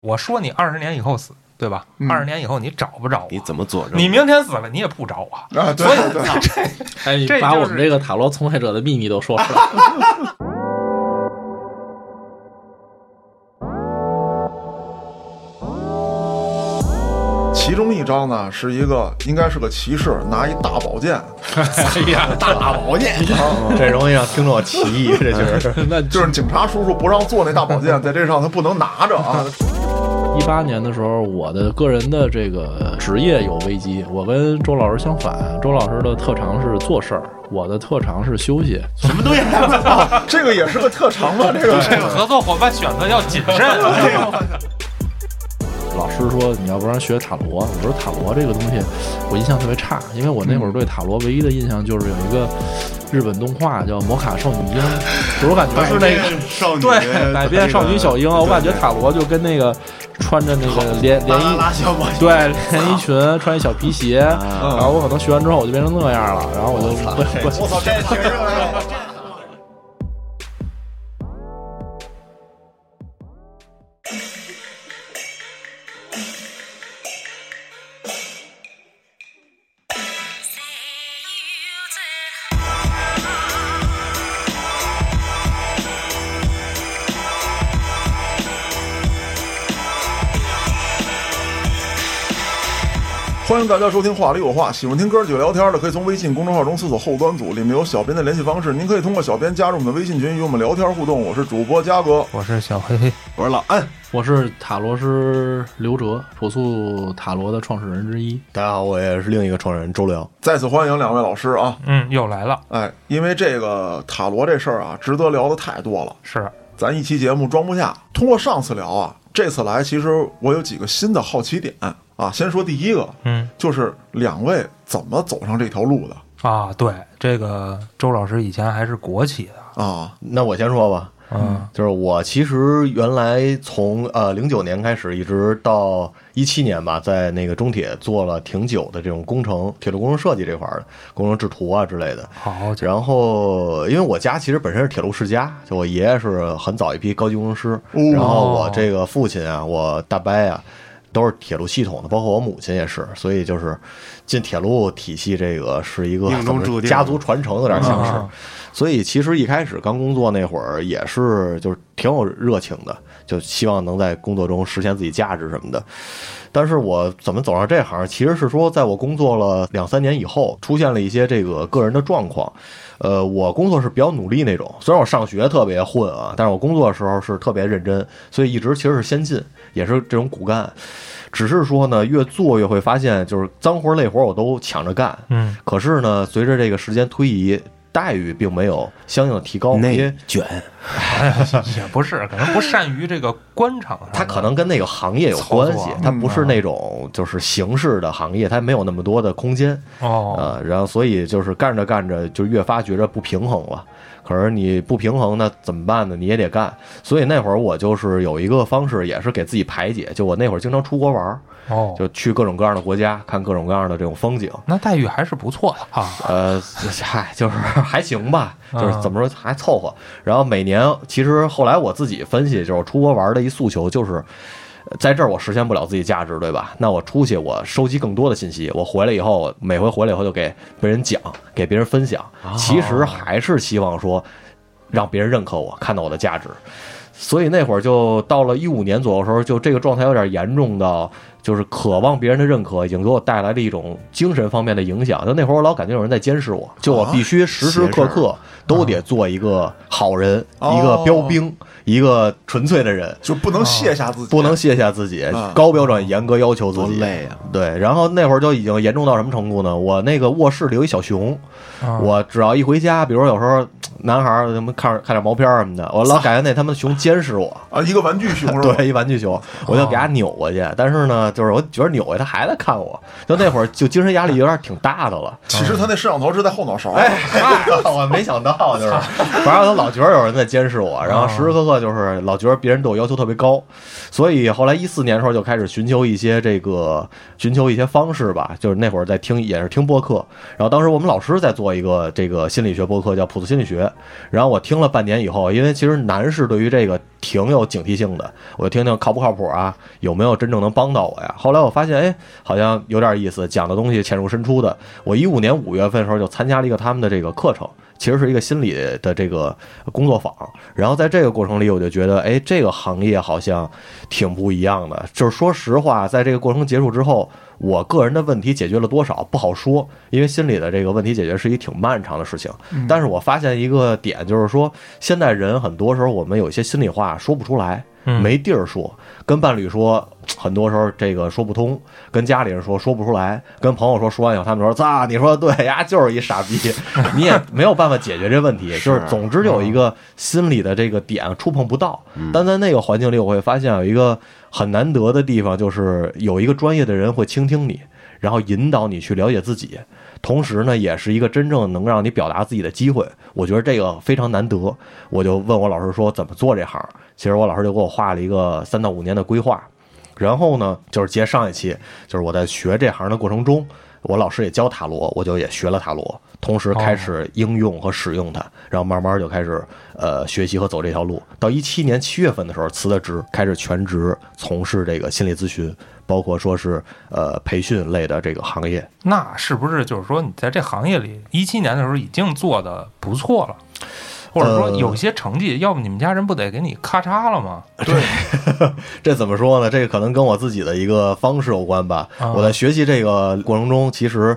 我说你二十年以后死，对吧？二十、年以后你找不着我，你怎么佐证？你明天死了你也不找 我，啊，对所以对，哎，你这把就我们是这个塔罗从业者的秘密都说出来了。 其中一张呢是一个应该是个骑士拿一大宝剑，哎呀，大宝剑， 这容易让听众起 疑，这就是。哎那就是警察叔叔不让做那大宝 剑，在这上他不能拿着啊。 一八年的时候，我的个人的这个职业有危机。我跟周老师相反，周老师的特长是做事儿，我的特长是休息。什么对呀、这个也是个特长吧？这个这个合作伙伴选择要谨慎。哎呦老师说你要不然学塔罗，我说塔罗这个东西我印象特别差，因为我那会嗯儿对塔罗唯一的印象就是有一个日本动画叫《魔卡少女樱》，就是我感觉是那个。少女，对，百变少女小樱啊，我感觉塔罗就跟那个穿着那个连连拉衣拉小宝， 对，连衣裙，穿一小皮鞋，然后我可能学完之后我就变成那样了，然后我就不不啊我操，这 确实欢迎大家收听《话里有话》，喜欢听哥儿几个聊天的，可以从微信公众号中搜索“后端组”，里面有小编的联系方式，您可以通过小编加入我们的微信群与我们聊天互动。我是主播嘉哥， 我是小黑黑，我说老安，我是塔罗师刘哲，朴素塔罗的创始人之一。大家好，我也是另一个创始人周辽。再次欢迎两位老师啊！嗯，又来了，哎，因为这个塔罗这事儿啊，值得聊的太多了，是咱一期节目装不下。通过上次聊啊，这次来其实我有几个新的好奇点啊。先说第一个，嗯就是两位怎么走上这条路的啊，对，这个周老师以前还是国企的，啊？那我先说吧，嗯就是我其实原来从呃零九年开始，一直到一七年吧，在那个中铁做了挺久的这种工程、铁路工程设计这块儿的工程制图啊之类的。好家然后，因为我家其实本身是铁路世家，就我爷爷是很早一批高级工程师，然后我这个父亲啊，我大伯啊，都是铁路系统的，包括我母亲也是，所以就是进铁路体系这个是一个命中怎么注定家族传承有点像是。啊所以其实一开始刚工作那会儿也是就是挺有热情的，就希望能在工作中实现自己价值什么的。但是我怎么走上这行，其实是说，在我工作了两三年以后，出现了一些这个个人的状况。呃，我工作是比较努力那种，虽然我上学特别混啊，但是我工作的时候是特别认真，所以一直其实是先进，也是这种骨干。只是说呢，越做越会发现，就是脏活累活我都抢着干。嗯，可是呢，随着这个时间推移，待遇并没有相应的提高，因为内卷，也不是，可能不善于这个官场上的，它可能跟那个行业有关操系作啊，它不是那种就是形式的行业，它没有那么多的空间哦，啊、呃然后所以就是干着干着就越发觉着不平衡了。可是你不平衡，那怎么办呢？你也得干。所以那会儿我就是有一个方式，也是给自己排解。就我那会儿经常出国玩儿，哦，呃就去各种各样的国家，看各种各样的这种风景。那待遇还是不错的啊，呃，嗨，就是 还行吧，就是嗯怎么说还凑合。然后每年，其实后来我自己分析，就是出国玩的一诉求就是。呃在这儿我实现不了自己价值，对吧？那我出去，我收集更多的信息，我回来以后，每回回来以后就给别人讲，给别人分享。其实还是希望说，让别人认可我，看到我的价值。所以那会儿就到了一五年左右的时候，就这个状态有点严重到，就是渴望别人的认可，已经给我带来了一种精神方面的影响。就那会儿我老感觉有人在监视我，就啊我必须时时刻刻都得做一个好人，哦啊一个标兵，一个纯粹的人。就不能卸下自己，不能卸下自己啊，高标准严格要求自哎多己。累啊！对，然后那会儿就已经严重到什么程度呢？我那个卧室里有一小熊，啊我只要一回家，比如有时候男孩儿他们看看点毛片儿什么的，我老感觉那他们熊监视我。 啊，一个玩具熊是吧？哦对，一玩具熊，我就给它扭过去。但是呢，就是我觉得扭一，他还在看我，就那会儿就精神压力有点挺大的了。其实他那摄像头是在后脑勺，哎， 嗨我没想到，就是，反正我老觉得有人在监视我，然后时时刻刻就是老觉得别人对我要求特别高，所以后来一四年的时候就开始寻求一些这个寻求一些方式吧，就是那会儿在听也是听播客，然后当时我们老师在做一个这个心理学播客叫《朴素心理学》，然后我听了半年以后，因为其实男士对于这个挺有警惕性的，我就听听靠不靠谱啊，有没有真正能帮到我呀？后来我发现，哎，好像有点意思，讲的东西浅入深出的。我一五年五月份的时候就参加了一个他们的这个课程，其实是一个心理的这个工作坊。然后在这个过程里，我就觉得，哎，这个行业好像挺不一样的。就是说实话，在这个过程结束之后，我个人的问题解决了多少不好说，因为心理的这个问题解决是一挺漫长的事情。但是我发现一个点，就是说现在人很多时候我们有一些心里话说不出来，嗯没地儿说，跟伴侣说。很多时候这个说不通，跟家里人说说不出来，跟朋友说说完以后，他们说：“操，你说对呀，就是一傻逼。” 你也没有办法解决这问题，就是总之有一个心理的这个点触碰不到。但在那个环境里，我会发现有一个很难得的地方，就是有一个专业的人会倾听你，然后引导你去了解自己。同时呢，也是一个真正能让你表达自己的机会。我觉得这个非常难得。我就问我老师说怎么做这行，其实我老师就给我画了一个三到五年的规划。然后呢，就是接上一期，就是我在学这行的过程中，我老师也教塔罗，我就也学了塔罗，同时开始应用和使用它，然后慢慢就开始呃学习和走这条路。到一七年七月份的时候辞的职，开始全职从事这个心理咨询，包括说是呃培训类的这个行业。那是不是就是说你在这行业里，一七年的时候已经做的不错了，或者说呃有些成绩，要不你们家人不得给你咔嚓了吗？这怎么说呢？这个可能跟我自己的一个方式有关吧。啊我在学习这个过程中，其实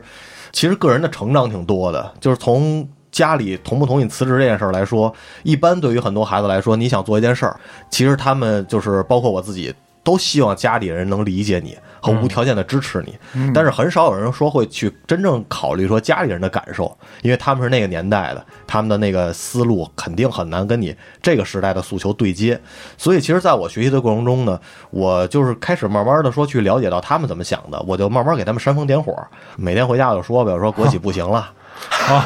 其实个人的成长挺多的，就是从。家里同不同意辞职这件事儿来说，一般对于很多孩子来说，你想做一件事儿，其实他们就是包括我自己，都希望家里人能理解你和无条件的支持你。但是很少有人说会去真正考虑说家里人的感受，因为他们是那个年代的，他们的那个思路肯定很难跟你这个时代的诉求对接。所以，其实在我学习的过程中呢，我就是开始慢慢的说去了解到他们怎么想的，我就慢慢给他们煽风点火。每天回家就说呗，我说国企不行了，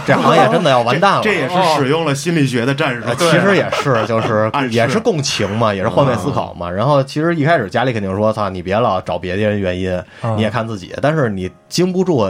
这行业真的要完蛋了。这也是使用了心理学的战术呃。其实也是，就是 暗示也是共情嘛，也是换位思考嘛。然后其实一开始家里肯定说：“操，你别老找别的人原因，嗯你也看自己。”但是你经不住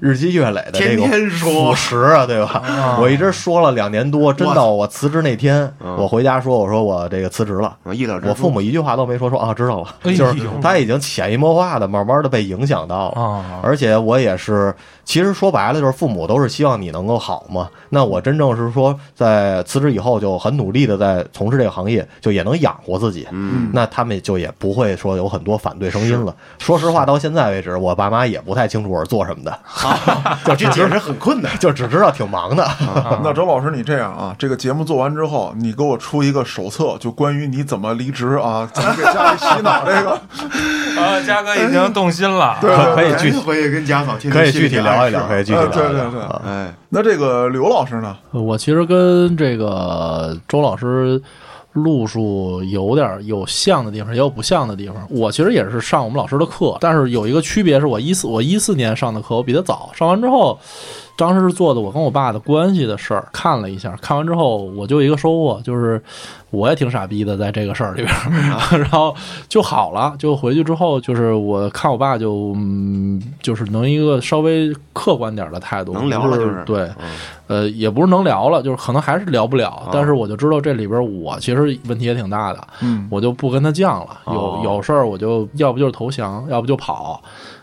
日积月累的这天个天腐说，蚀啊，对嗯吧？我一直说了两年多，真到我辞职那天，嗯我回家说：“我说我这个辞职了。”我一点我父母一句话都没说，说啊，知道了，哎呦就是他已经潜移默化的、慢慢的被影响到了。啊，而且我也是，其实说白了就是父母都是希望你能够好嘛。那我真正是说，在辞职以后就很努力的在从事这个行业，就也能养活自己。嗯，那他们就也不会说有很多反对声音了。说实话，到现在为止，我爸妈也不太清楚我是做什么的， 就这解释很困难。就只知道挺忙的。 那周老师，你这样啊，这个节目做完之后，你给我出一个手册，就关于你怎么离职啊， 怎么给家里洗脑这 个。啊，嘉哥已经动心了，对可以具体回去跟家 嫂听听可以心理具体聊一聊，暗示可以具体聊一聊。哎对对对啊哎，那这个刘老师呢？呃我其实跟这个周老师路数有点儿有像的地方，也有不像的地方。我其实也是上我们老师的课，但是有一个区别是我一四我一四年上的课，我比他早。上完之后，当时是做的我跟我爸的关系的事儿，看了一下，看完之后我就有一个收获，就是我也挺傻逼的在这个事儿里边嗯儿， 然后就好了。就回去之后，就是我看我爸就嗯，就是能一个稍微客观点儿的态度，能聊了就就是对。呃，也不是能聊了，就是可能还是聊不了。但是我就知道这里边我其实问题也挺大的， 嗯，我就不跟他犟了。有、哦有事儿我就要不就是投降，要不就跑。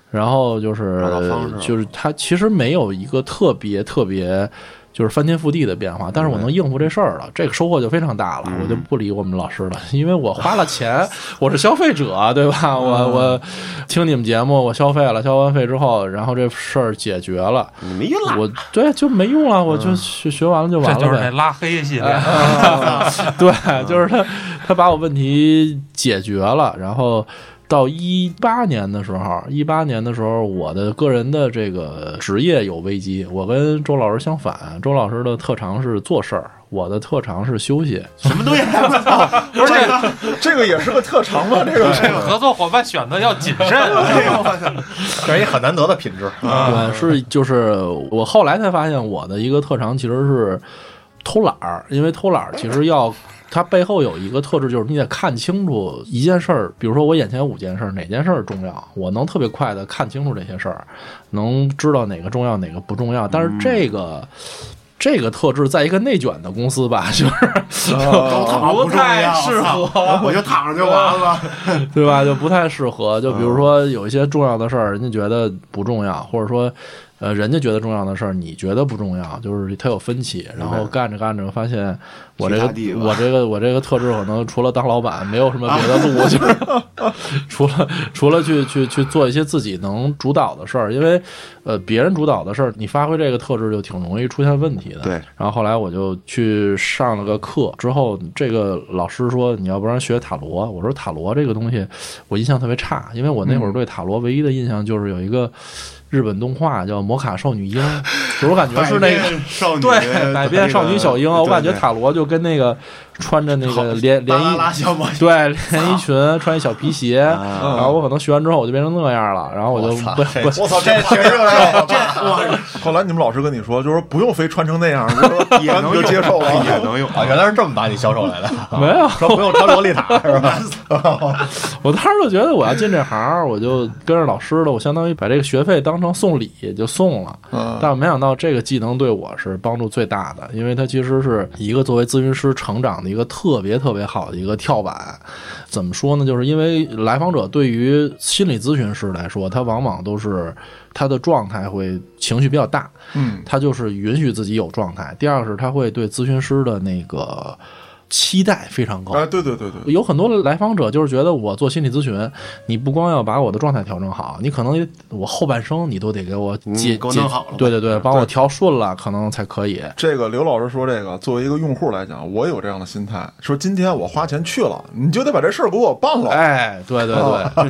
然后就是找到方式了就是他其实没有一个特别特别就是翻天覆地的变化，但是我能应付这事儿了，这个收获就非常大了。嗯我就不理我们老师了，因为我花了 钱，我是消费者，对吧？嗯我我听你们节目，我消费了，消完费之后，然后这事儿解决了，你没了，我对就没用了，我就学学完了就这完了就是那呗。拉黑系列， 对，就是他他把我问题解决了，然后。到一八年的时候，一八年的时候，我的个人的这个职业有危机。我跟周老师相反，周老师的特长是做事儿，我的特长是休息。什么东西？我 操！不是这个，这个也是个特长吧？这个这个哎合作伙伴选的要谨慎，啊这是一很难得的品质。对，是就是我后来才发现，我的一个特长其实是偷懒儿，因为偷懒儿其实要它背后有一个特质，就是你得看清楚一件事儿，比如说我眼前有五件事儿，哪件事儿重要，我能特别快的看清楚这些事儿，能知道哪个重要哪个不重要。但是这个。这个特质在一个内卷的公司吧， 就是、都躺着不哦重要太适合操我就躺着就完了。 对吧？就不太适合。就比嗯如说有一些重要的事儿，人家觉得不重要，或者说，呃，人家觉得重要的事儿，你觉得不重要，就是它有分歧。然后干着干着发现，我这去个大地吧我这个我这个特质可能除了当老板没有什么别的啊路，就是 除了除了去去去做一些自己能主导的事儿，因为呃别人主导的事儿，你发挥这个特质就挺容易出现问题的。对。然后后来我就去上了个课，之后这个老师说你要不然学塔罗，我说塔罗这个东西我印象特别差，因为我那会儿对塔罗唯一的印象就是有一个日本动画叫《魔卡少女樱》，就是我感觉是那 百个。变少女， 对，百变少女小樱，我感觉对塔罗就跟那个穿着那个连连巴啦衣啦小魔对，连衣裙，穿一小皮鞋，啊然后我可能学完之后我就变成那样了，然后我就不不我操， 这挺热闹的。后来你们老师跟你说，就是不用非穿成那样，就是说 也能你就接受了。也能用。啊，原来是这么把你销售来的， 没有，说不用 穿洛丽塔 是吧？ 我当时就觉得我要进这行儿，我就跟着老师了，我相当于把这个学费当成送礼就送了。但我没想到这个技能对我是帮助最大的，因为它其实是一个作为咨询师成长的一个特别特别好的一个跳板。怎么说呢？就是因为来访者对于心理咨询师来说，他往往都是他的状态会情绪比较大，嗯，他就是允许自己有状态。第二是他会对咨询师的那个期待非常哦高。哎，对对对对，有很多来访者就是觉得我做心理咨询，你不光要把我的状态调整好，你可能我后半生你都得给我解、嗯给我解弄好了对对对，把我调顺了，可能才可以。这个刘老师说，这个作为一个用户来讲，我有这样的心态，说今天我花钱去了，你就得把这事儿给我办了。哎，对对 对，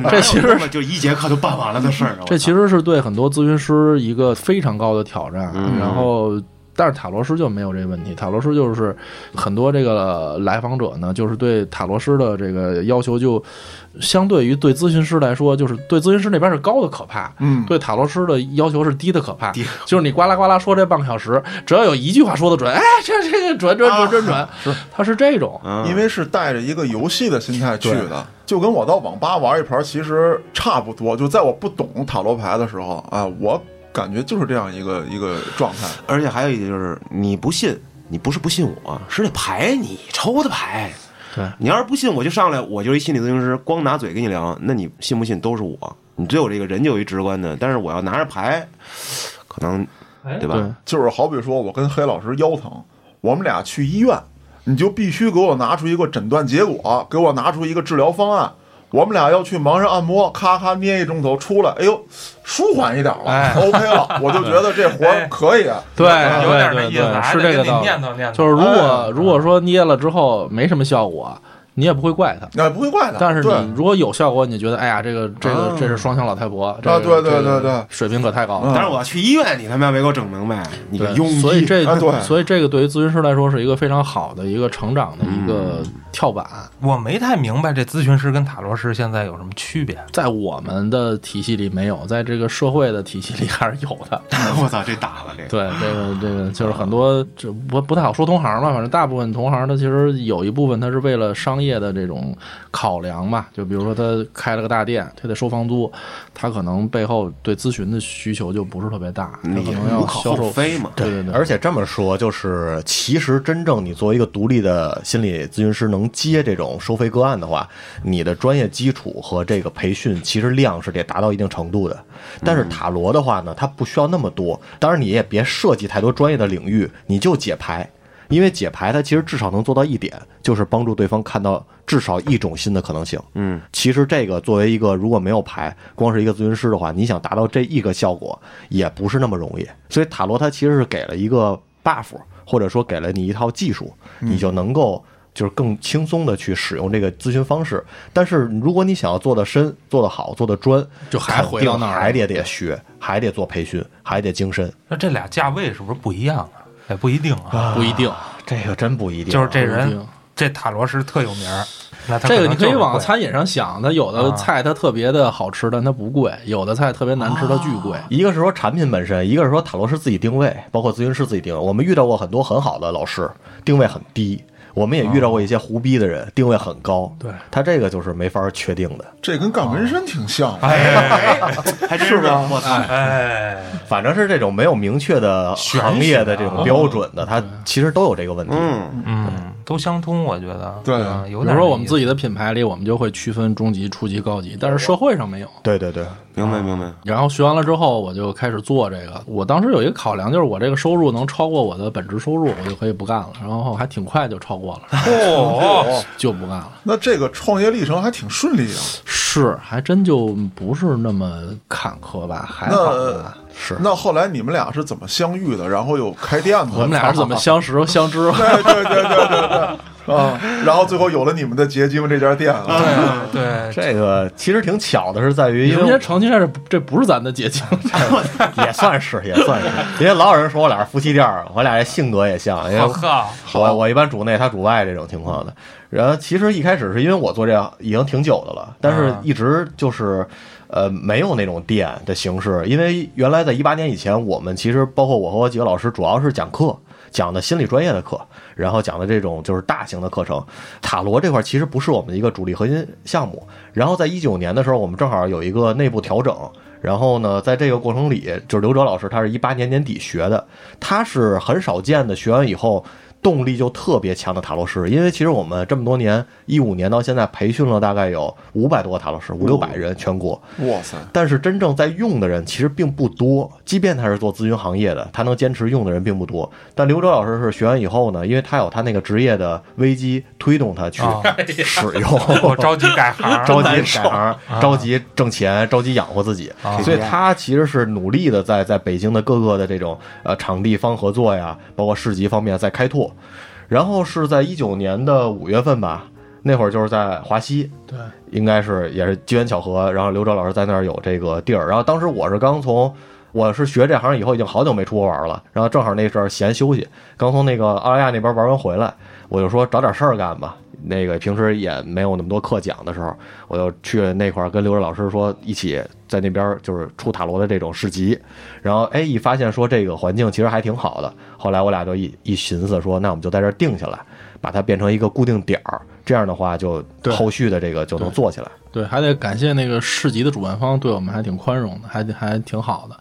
哪这有其那实么就一节课就办完了的事儿啊，这其实是对很多咨询师一个非常高的挑战。然后，但是塔罗师就没有这个问题，塔罗师就是很多这个来访者呢，就是对塔罗师的这个要求就相对于对咨询师来说，就是对咨询师那边是高的可怕，嗯，对塔罗师的要求是低的可怕，就是你呱啦呱啦说这半个小时，只要有一句话说的准，哎，这这这准准准准准，是它是这种，因为是带着一个游戏的心态去的，就跟我到网吧玩一盘其实差不多。就在我不懂塔罗牌的时候啊，我感觉就是这样一个一个状态。而且还有一点就是，你不信，你不是不信我，是那牌你抽的牌。对你要是不信，我就上来，我就是一心理咨询师，光拿嘴跟你聊，那你信不信都是我。你对我这个人就有一直观的，但是我要拿着牌，可能哎对吧？对，就是好比说我跟黑老师腰疼，我们俩去医院，你就必须给我拿出一个诊断结果，给我拿出一个治疗方案。我们俩要去盲人按摩，咔咔捏一钟头出来，哎呦，舒缓一点了、o k 了，我就觉得这 活哎儿可以。哎啊对有点那对对意思，对，还是得这给个你道理念，叨念叨。就是如果哎如果说捏了之后没什么效果，你也不会怪他。哎，不会怪的。但是对你如果有效果，你觉得哎呀，这个这个这是双向老太婆，这啊个对对这个对对嗯水平可太高了。但是我要去医院，你他妈没给我整明白，你个庸医。嗯所以这啊对所以这个对于咨询师来说是一个非常好的一个成长的一个嗯跳板。我没太明白这咨询师跟塔罗师现在有什么区别。在我们的体系里没有，在这个社会的体系里还是有的。 我操，这打了这个。对，这个这个就是很多这不不太好说同行吧，反正大部分同行他其实有一部分他是为了商业的这种考量吧，就比如说他开了个大店，他得收房租，他可能背后对咨询的需求就不是特别大，他可你能无要可销厚售。非嘛，对对对，而且这么说，就是其实真正你作为一个独立的心理咨询师，能接这种收费个案的话，你的专业基础和这个培训其实量是得达到一定程度的。但是塔罗的话呢，它不需要那么多，当然你也别涉及太多专业的领域，你就解牌。因为解牌，它其实至少能做到一点，就是帮助对方看到至少一种新的可能性。嗯，其实这个作为一个如果没有牌，光是一个咨询师的话，你想达到这一个效果也不是那么容易。所以嗯塔罗它其实是给了一个 buff，或者说给了你一套技术，你就能够就是更轻松的去使用这个咨询方式。但是如果你想要做的深、做的好、做的专，就还回到那儿了肯定还得得学，还得做培训，还得精深。那这俩价位是不是不一样啊？也不一定啊，不一定。这个真不一定，就是这不一人定啊这塔罗师特有名儿，那他这个能你可以就是往贵餐饮上想，它有的啊菜它特别的好吃，但它不贵；有的菜特别难吃，它巨贵。啊一个是说产品本身，一个是说塔罗师自己定位，包括咨询师自己定位。我们遇到过很多很好的老师，定位很低；我们也遇到过一些胡逼的人，定位很高。哦对他这个就是没法确定的。这跟干啊纹身挺像的。还真是吧？我操！哎，反正是这种没有明确的玄行业的这啊种标准的，它其实都有这个问题。嗯，嗯，都相通，我觉得对啊嗯有比点如说我们自己己的品牌里，我们就会区分中级、初级、高级，但是社会上没有。对对对，嗯明白明白。然后学完了之后，我就开始做这个。我当时有一个考量，就是我这个收入能超过我的本职收入，我就可以不干了。然后还挺快就超过了，哦，就不干了。 那这个创业历程还挺顺利啊。是，还真就不是那么坎坷吧，还好吧。那是那后来你们俩是怎么相遇的？然后又开店的？我们俩是怎么？相识相知？ 对对对对对对啊！然后最后有了你们的结晶这家店啊。哦对，这个其实挺巧的，是在于哎你因们先为澄清一下，这这不是咱的捷径。也算是也算是，因为老有人说我俩是夫妻店儿，我俩这性格也像，因为我靠，我我一般主内，他主外这种情况的。然后其实一开始是因为我做这样已经挺久的了，但是一直就是呃没有那种店的形式，因为原来在一八年以前，我们其实包括我和我几个老师，主要是讲课。讲的心理专业的课，然后讲的这种就是大型的课程，塔罗这块其实不是我们的一个主力核心项目。然后在一九年的时候，我们正好有一个内部调整，然后呢，在这个过程里，就是刘哲老师，他是一八年年底学的，他是很少见的，学完以后动力就特别强的塔罗师，因为其实我们这么多年，一五年到现在培训了大概有五百多个塔罗师，五六百人全国，哇塞！但是真正在用的人其实并不多，即便他是做咨询行业的，他能坚持用的人并不多。但刘哲老师是学完以后呢，因为他有他那个职业的危机推动他去哦 使用，我着急改行儿，着急改行，着急挣钱，着急养活自己，啊所以他其实是努力的在在北京的各个的这种呃场地方合作呀，包括市集方面在开拓。然后是在一九年的五月份吧，那会儿就是在华西，对，应该是也是机缘巧合，然后刘哲老师在那儿有这个地儿，然后当时我是刚从。我是学这行以后已经好久没出国玩了，然后正好那阵儿闲休息，刚从那个澳大利亚那边玩完回来，我就说找点事儿干吧。那个平时也没有那么多课讲的时候，我就去那块儿跟刘哲老师说一起在那边儿就是出塔罗的这种市集，然后哎一发现说这个环境其实还挺好的，后来我俩就一一寻思说，那我们就在这儿定下来，把它变成一个固定点儿，这样的话就对后续的这个就能做起来。 对，还得感谢那个市集的主办方对我们还挺宽容的，还还挺好的。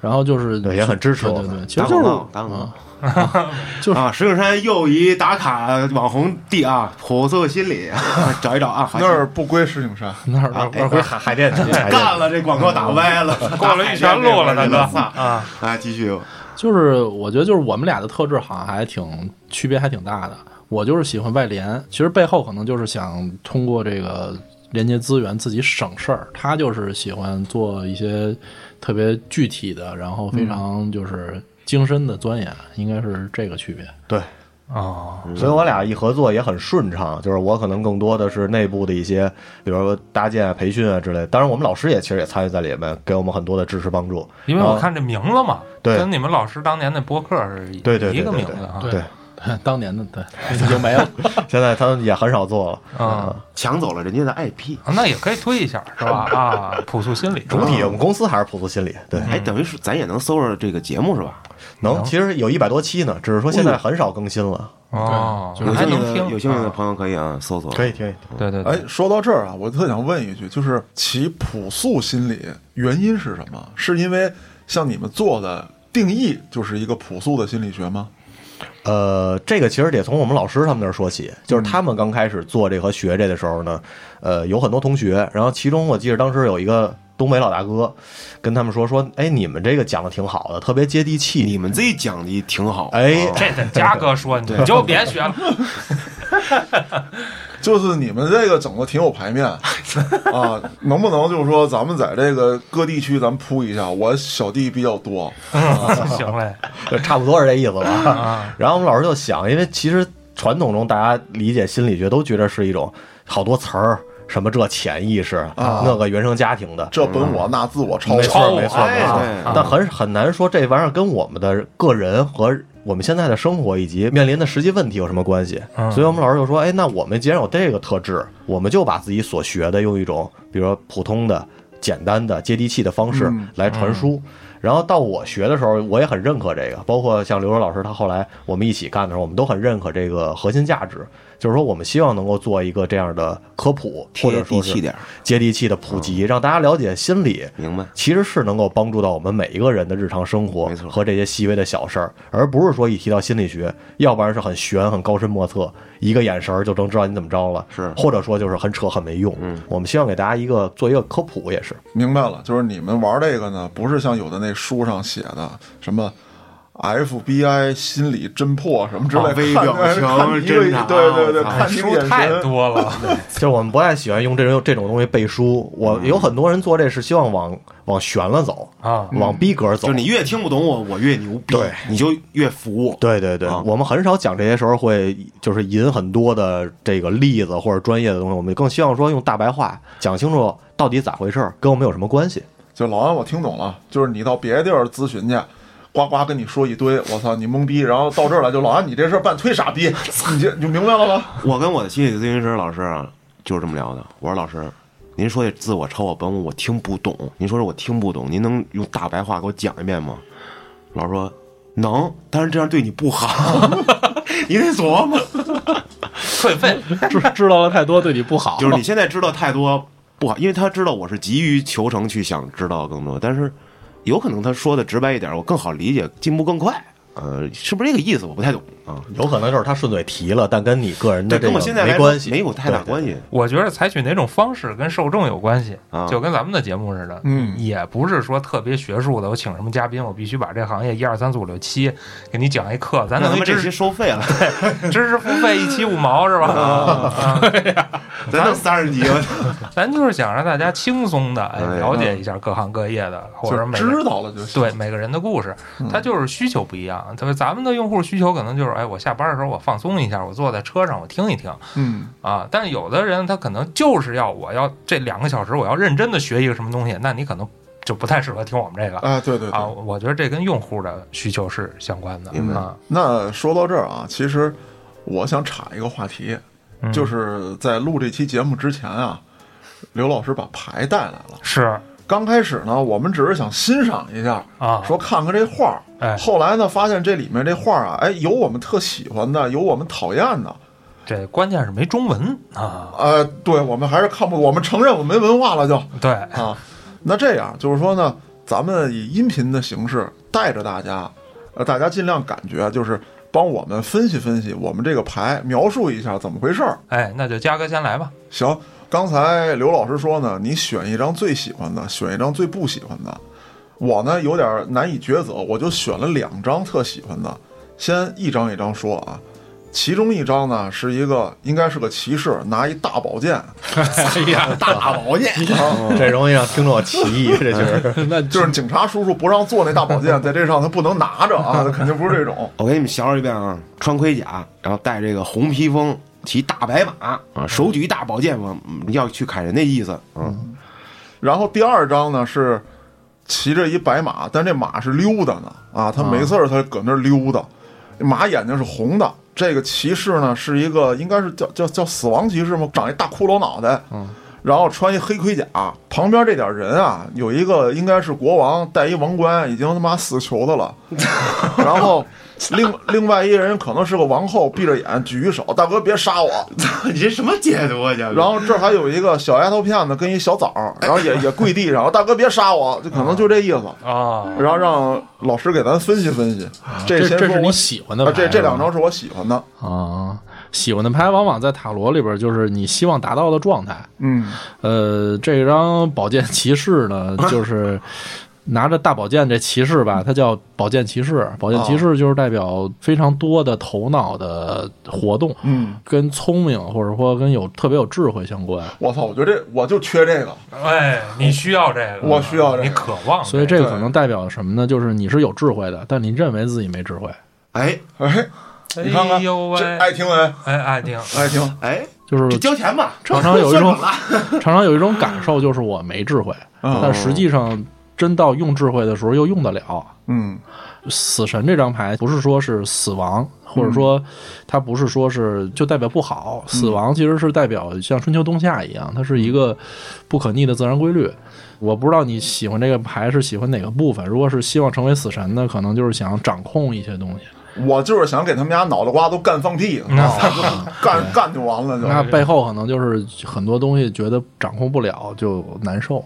然后就是对也很支持我对们对对，其打实就广是告，打广告。嗯 就是啊，石景山又一打卡网红地啊，火色心理， 找一找啊，华西那儿不归石景山，那儿那不是海海 淀区，海淀哎干了这广告打歪了，嗯过了一圈路了，大哥操！啊，啊，继续，就是我觉得就是我们俩的特质好像还挺区别还挺大的。我就是喜欢外联，其实背后可能就是想通过这个连接资源自己省事儿。他就是喜欢做一些特别具体的，然后非常就是精深的钻研，应该是这个区别。对，哦，所以我俩一合作也很顺畅，就是我可能更多的是内部的一些，比如说搭建啊、培训啊之类的。当然，我们老师也其实也参与在里面，给我们很多的支持帮助。 因为然后我看这名字嘛，对跟你们老师当年那播客是一对对对一个对名字啊，对对，当年的对已经没了。现在他们也很少做了，呃啊，抢走了人家的 IP，那也可以推一下，是吧？啊，朴素心理，主体我们公司还是朴素心理，对，嗯哎，等于是咱也能搜着这个节目是吧？能，其实有一百多期呢，只是说现在很少更新了。哦，对有那还兴趣能的听，有兴趣的啊朋友可以啊搜索，可以，可以，对对对哎，，说到这儿啊，我特想问一句，就是其朴素心理原因是什么？是因为像你们做的定义就是一个朴素的心理学吗？呃，这个其实得从我们老师他们那儿说起，就是他们刚开始做这和学这的时候呢，呃，有很多同学，然后其中我记得当时有一个东北老大哥跟他们说说，哎，你们这个讲的挺好的，特别接地气，你们自己讲的挺好，哎啊这得嘉哥说，你就别学了，就是你们这个整的挺有排面啊，能不能就是说咱们在这个各地区咱们铺一下？我小弟比较多，嗯行嘞，啊 嗯 就差不多是这意思吧。然后我们老师就想，因为其实传统中大家理解心理学都觉得是一种好多词儿，什么这潜意识啊那个原生家庭的，这本我那自我超没我，错超没错哎没错对，但很很难说这玩意儿跟我们的个人和我们现在的生活以及面临的实际问题有什么关系。嗯所以我们老师就说，哎，那我们既然有这个特质，我们就把自己所学的用一种，比如说普通的、简单的、接地气的方式嗯来传输。然后到我学的时候，我也很认可这个，包括像刘若老师，他后来我们一起干的时候，我们都很认可这个核心价值，就是说我们希望能够做一个这样的科普，或贴者地说是气点儿，嗯接地气的普及，让大家了解心理，明白？其实是能够帮助到我们每一个人的日常生活没错和这些细微的小事儿，而不是说一提到心理学，要不然是很玄、很高深莫测，一个眼神儿就能知道你怎么着了，是或者说就是很扯、很没用。嗯，我们希望给大家一个做一个科普，也是明白了，就是你们玩这个呢，不是像有的那书上写的什么。FBI 心理侦破什么之类啊微看表情 看你一个侦查对对对，啊看你书眼神太多 了， 就是我们不太喜欢用这种这种东西背书。我嗯有很多人做这是希望往往悬了走啊往逼格走。就是你越听不懂我，我越牛逼，对，你就越服我。对对对，啊我们很少讲这些时候会就是引很多的这个例子或者专业的东西，我们更希望说用大白话讲清楚到底咋回事儿，跟我们有什么关系。就老安，我听懂了，就是你到别的地儿咨询去，呱呱跟你说一堆，我操你懵逼，然后到这儿来就老安，你这事儿办忒傻逼，你就你就明白了吧？我跟我的心理咨询师老师啊，就是这么聊的。我说老师，您说这自我、超我、本我，我听不懂。您说这我听不懂，您能用大白话给我讲一遍吗？老师说能，但是这样对你不 好， 你得琢磨。退费知知道了太多对你不好，就是你现在知道太多不好，因为他知道我是急于求成去想知道更多，但是有可能他说的直白一点，我更好理解，进步更快。呃，是不是这个意思？我不太懂啊。有可能就是他顺嘴提了，但跟你个人的这对，跟个我现在来没说关系，没有太大对关。系。我觉得采取哪种方式跟受众有关系啊，就跟咱们的节目似的，嗯也不是说特别学术的，我请什么嘉宾，我必须把这行业一二三四五六七给你讲一课，咱那他等于妈这知期识收费了，知识付费一期五毛是吧？啊咱弄三十集吧。 咱就是想让大家轻松的哎了解一下各行各业的，嗯或就者是每个知道了就行。对每个人的故事嗯，他就是需求不一样。就是咱们的用户需求可能就是，哎，我下班的时候我放松一下，我坐在车上我听一听嗯，啊。但是有的人他可能就是要我要这两个小时我要认真的学一个什么东西，那你可能就不太适合听我们这个哎，对对对。啊。我觉得这跟用户的需求是相关的明白啊。那说到这儿啊，其实我想岔一个话题，嗯就是在录这期节目之前啊，刘老师把牌带来了。是刚开始呢，我们只是想欣赏一下，啊，说看看这画儿。哎，后来呢，发现这里面这画儿啊，哎，有我们特喜欢的，有我们讨厌的。这关键是没中文啊。呃，对，我们还是看不，我们承认我们没文化了就对，啊。那这样就是说呢，咱们以音频的形式带着大家，呃，大家尽量感觉就是帮我们分析分析我们这个牌，描述一下怎么回事儿。哎，那就嘉哥先来吧。行，刚才刘老师说呢，你选一张最喜欢的，选一张最不喜欢的。我呢有点难以抉择，我就选了两张特喜欢的，先一张一张说啊。其中一张呢是一个应该是个骑士，拿一大宝剑， 啊哎呀，大保健， 这容易让听众起疑，这就是 那就就是警察叔叔不让做那大宝剑，在这上他不能拿着啊，他肯定不是这种。 我给你们描述一遍啊，穿盔甲，然后戴这个红披风，骑大白马啊，手举一大宝剑，我嗯要去砍人的意思。嗯，然后第二张呢是骑着一白马，但这马是溜达呢啊，他没事儿他搁那儿溜达，马眼睛是红的。这个骑士呢是一个应该是叫叫叫死亡骑士吗？长一大骷髅脑袋，然后穿一黑盔甲，旁边这点人啊，有一个应该是国王戴一王冠，已经他妈死球的了，然后。另另外一人可能是个王后，闭着眼举一手，大哥别杀我， 你这什么解读啊，家然后这儿还有一个小丫头片子跟一小崽儿，然后 也也跪地上，大哥别杀我，就可能就这意思。啊，然后让老师给咱分析分析，啊这先这说是我你喜欢的啊牌，这这两是吧张是我喜欢的，啊，喜欢的牌往往在塔罗里边就是你希望达到的状态。嗯，呃，这张宝剑骑士呢，就是拿着大宝剑这骑士吧，它叫宝剑骑士。宝剑骑士就是代表非常多的头脑的活动，嗯，跟聪明或者说跟有特别有智慧相关。我操，我觉得这我就缺这个，哎，你需要这个，我需要这个你渴望，所以这个个可能代表什么呢？就是你是有智慧的，但你认为自己没智慧。哎，哎，哎你看看呦喂，这爱听没？哎爱听，爱听，哎，就是 就交钱吧，常常有一种算准了常常有一种感受，就是我没智慧，嗯但实际上真到用智慧的时候又用得了。嗯死神这张牌不是说是死亡，或者说它不是说是就代表不好，死亡其实是代表像春秋冬夏一样，它是一个不可逆的自然规律。我不知道你喜欢这个牌是喜欢哪个部分，如果是希望成为死神的，可能就是想掌控一些东西。我就是想给他们家脑袋瓜都干放屁， 啊干干就完了嗯那就背后可能就是很多东西觉得掌控不了就难受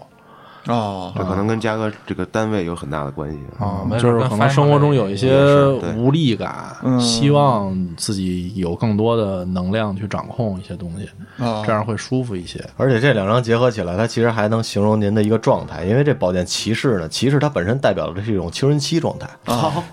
啊。这可能跟嘉哥这个单位有很大的关系。哦啊没就准是跟可翻能生活中译有一也些是对无力感，嗯希望自己有更多的能量去掌控一些东西，啊这样会舒服一些。而且这两张结合起来，它其实还能形容您的一个状态，因为这宝剑骑士呢，骑士它本身代表的是一种青春期状态，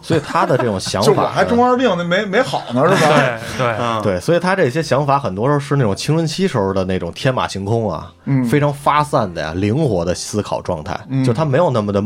所以他的这种想就法我呢，还中二病那没没好呢是 吧？对对，啊对，所以他这些想法很多时候是那种青春期时候的那种天马行空啊，非常发散的呀、灵活的思考状态，就他没有那么的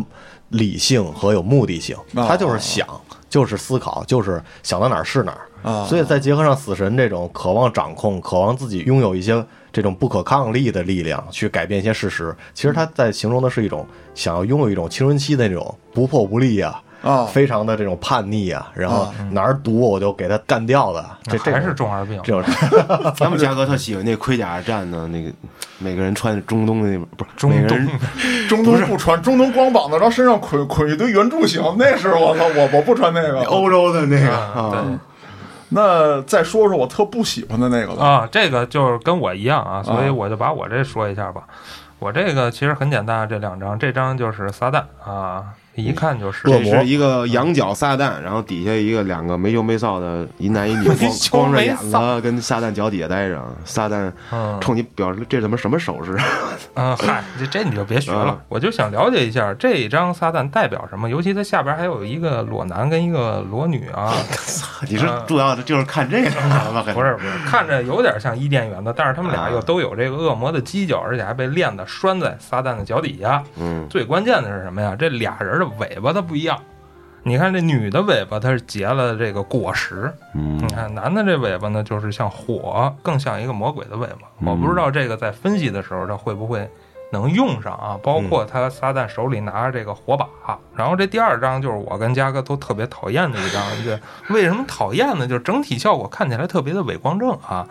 理性和有目的性，他就是想，就是思考，就是想到哪儿是哪儿。啊所以再结合上死神这种渴望掌控、渴望自己拥有一些这种不可抗力的力量，去改变一些事实，其实他在形容的是一种想要拥有一种青春期的那种不破不立呀、啊非常的这种叛逆啊，然后哪儿堵我就给他干掉的，这这还种是中二病。这种咱们嘉哥特喜欢那盔甲战的那个，每个人穿中东的那不是中每个东人中东不穿，中东光膀子，然后身上捆捆一堆圆柱形，那是我操，我我不穿那个。欧洲的那个嗯啊，对那再说说我特不喜欢的那个吧。啊，这个就是跟我一样啊，所以我就把我这说一下吧。我这个其实很简单，这两张，这张就是撒旦啊，一看就是这是一个嗯羊角撒旦，然后底下一个两个没羞没臊的一男一女光光着眼子跟撒旦脚底下待着，撒旦嗯冲你表示这他妈什么手势？嗯，嗨，这这你就别学了啊，我就想了解一下这一张撒旦代表什么，尤其它下边还有一个裸男跟一个裸女 啊， 你是主要的就是看这个吧？嗯不是不是，看着有点像伊甸园的，但是他们俩又都有这个恶魔的犄角，而且还被链子拴在撒旦的脚底下。嗯，最关键的是什么呀？这俩人的尾巴它不一样。你看这女的尾巴，它是结了这个果实；嗯你看男的这尾巴呢，就是像火，更像一个魔鬼的尾巴。我不知道这个在分析的时候，它会不会能用上啊？包括他撒旦手里拿着这个火把。然后这第二张就是我跟嘉哥都特别讨厌的一张，这为什么讨厌呢？就是整体效果看起来特别的伪光正啊，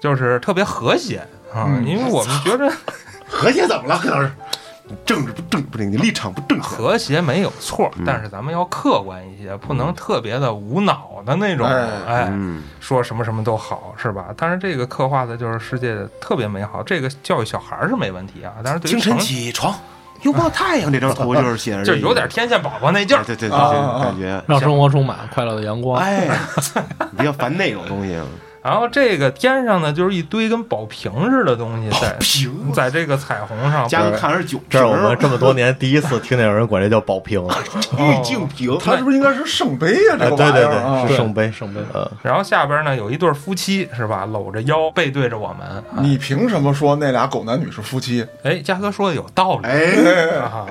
就是特别和谐啊，因为我们觉着。和谐怎么了？何老师，政治不正不是你立场不正确。和谐没有错，嗯但是咱们要客观一些，不能特别的无脑的那种，哎哎，嗯，说什么什么都好，是吧？但是这个刻画的就是世界特别美好，这个教育小孩儿是没问题啊。但是对于清晨成，起床，拥抱太阳这张图就是写着这 就个，有点天线宝宝那劲儿哎对，对对对，啊这啊种啊感觉。让生活充满快乐的阳光。哎， 比较烦那种东西。啊然后这个天上呢，就是一堆跟宝瓶似的东西在平在这个彩虹上，嘉哥看着是酒这瓶是儿，我们这么多年第一次听见有人管这叫宝瓶，哦玉净瓶，它是不是应该是圣杯啊？这哎个对玩意对儿啊对，是圣杯，圣杯，呃，然后下边呢有一对夫妻是吧，搂着腰背对着我们。啊你凭什么说那俩狗男女是夫妻？哎，嘉哥说的有道理。哎，啊，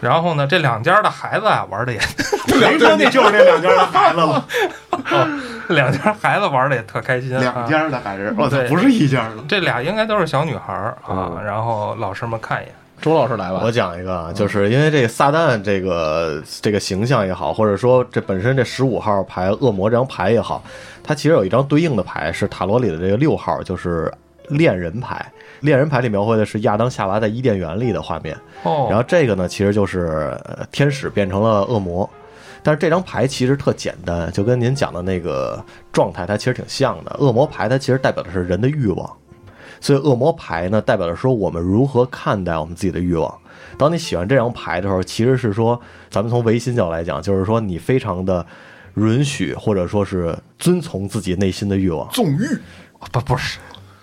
然后呢，这两家的孩子啊玩的也谁说那就是那两家的孩子了？ 两家孩子玩的也特开心、啊， 两家的还是我操对，不是一家的。这俩应该都是小女孩儿啊，然后老师们看一眼，周老师来吧我，讲一个，啊，就是因为这撒旦这个这个形象也好，或者说这本身这十五号牌恶魔这张牌也好，它其实有一张对应的牌是塔罗里的这个六号，就是恋人牌。恋人牌里描绘的是亚当夏娃在伊甸园里的画面，哦，然后这个呢，其实就是呃天使变成了恶魔。但是这张牌其实特简单，就跟您讲的那个状态，它其实挺像的。恶魔牌它其实代表的是人的欲望，所以恶魔牌呢，代表着说我们如何看待我们自己的欲望。当你喜欢这张牌的时候，其实是说，咱们从唯心角来讲，就是说你非常的允许或者说是遵从自己内心的欲望。纵欲不不是，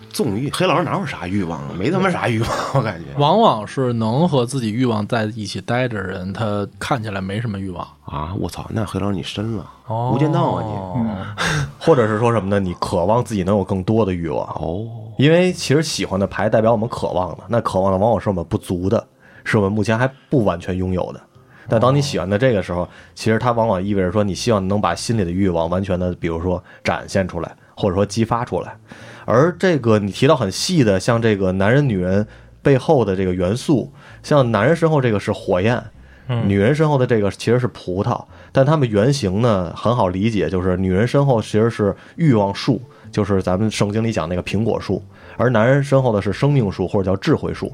纵欲，黑老师哪有啥欲望啊？没他妈啥欲望，我感觉往往是能和自己欲望在一起待着的人，他看起来没什么欲望。啊！我操，那黑老师你深了，哦，无间道啊你！或者是说什么呢？你渴望自己能有更多的欲望哦，因为其实喜欢的牌代表我们渴望的，那渴望的往往是我们不足的，是我们目前还不完全拥有的。但当你喜欢的这个时候，其实它往往意味着说，你希望能把心里的欲望完全的，比如说展现出来，或者说激发出来。而这个你提到很细的，像这个男人、女人背后的这个元素，像男人身后这个是火焰，女人身后的这个其实是葡萄，但它们原型呢很好理解，就是女人身后其实是欲望树，就是咱们圣经里讲那个苹果树，而男人身后的是生命树或者叫智慧树。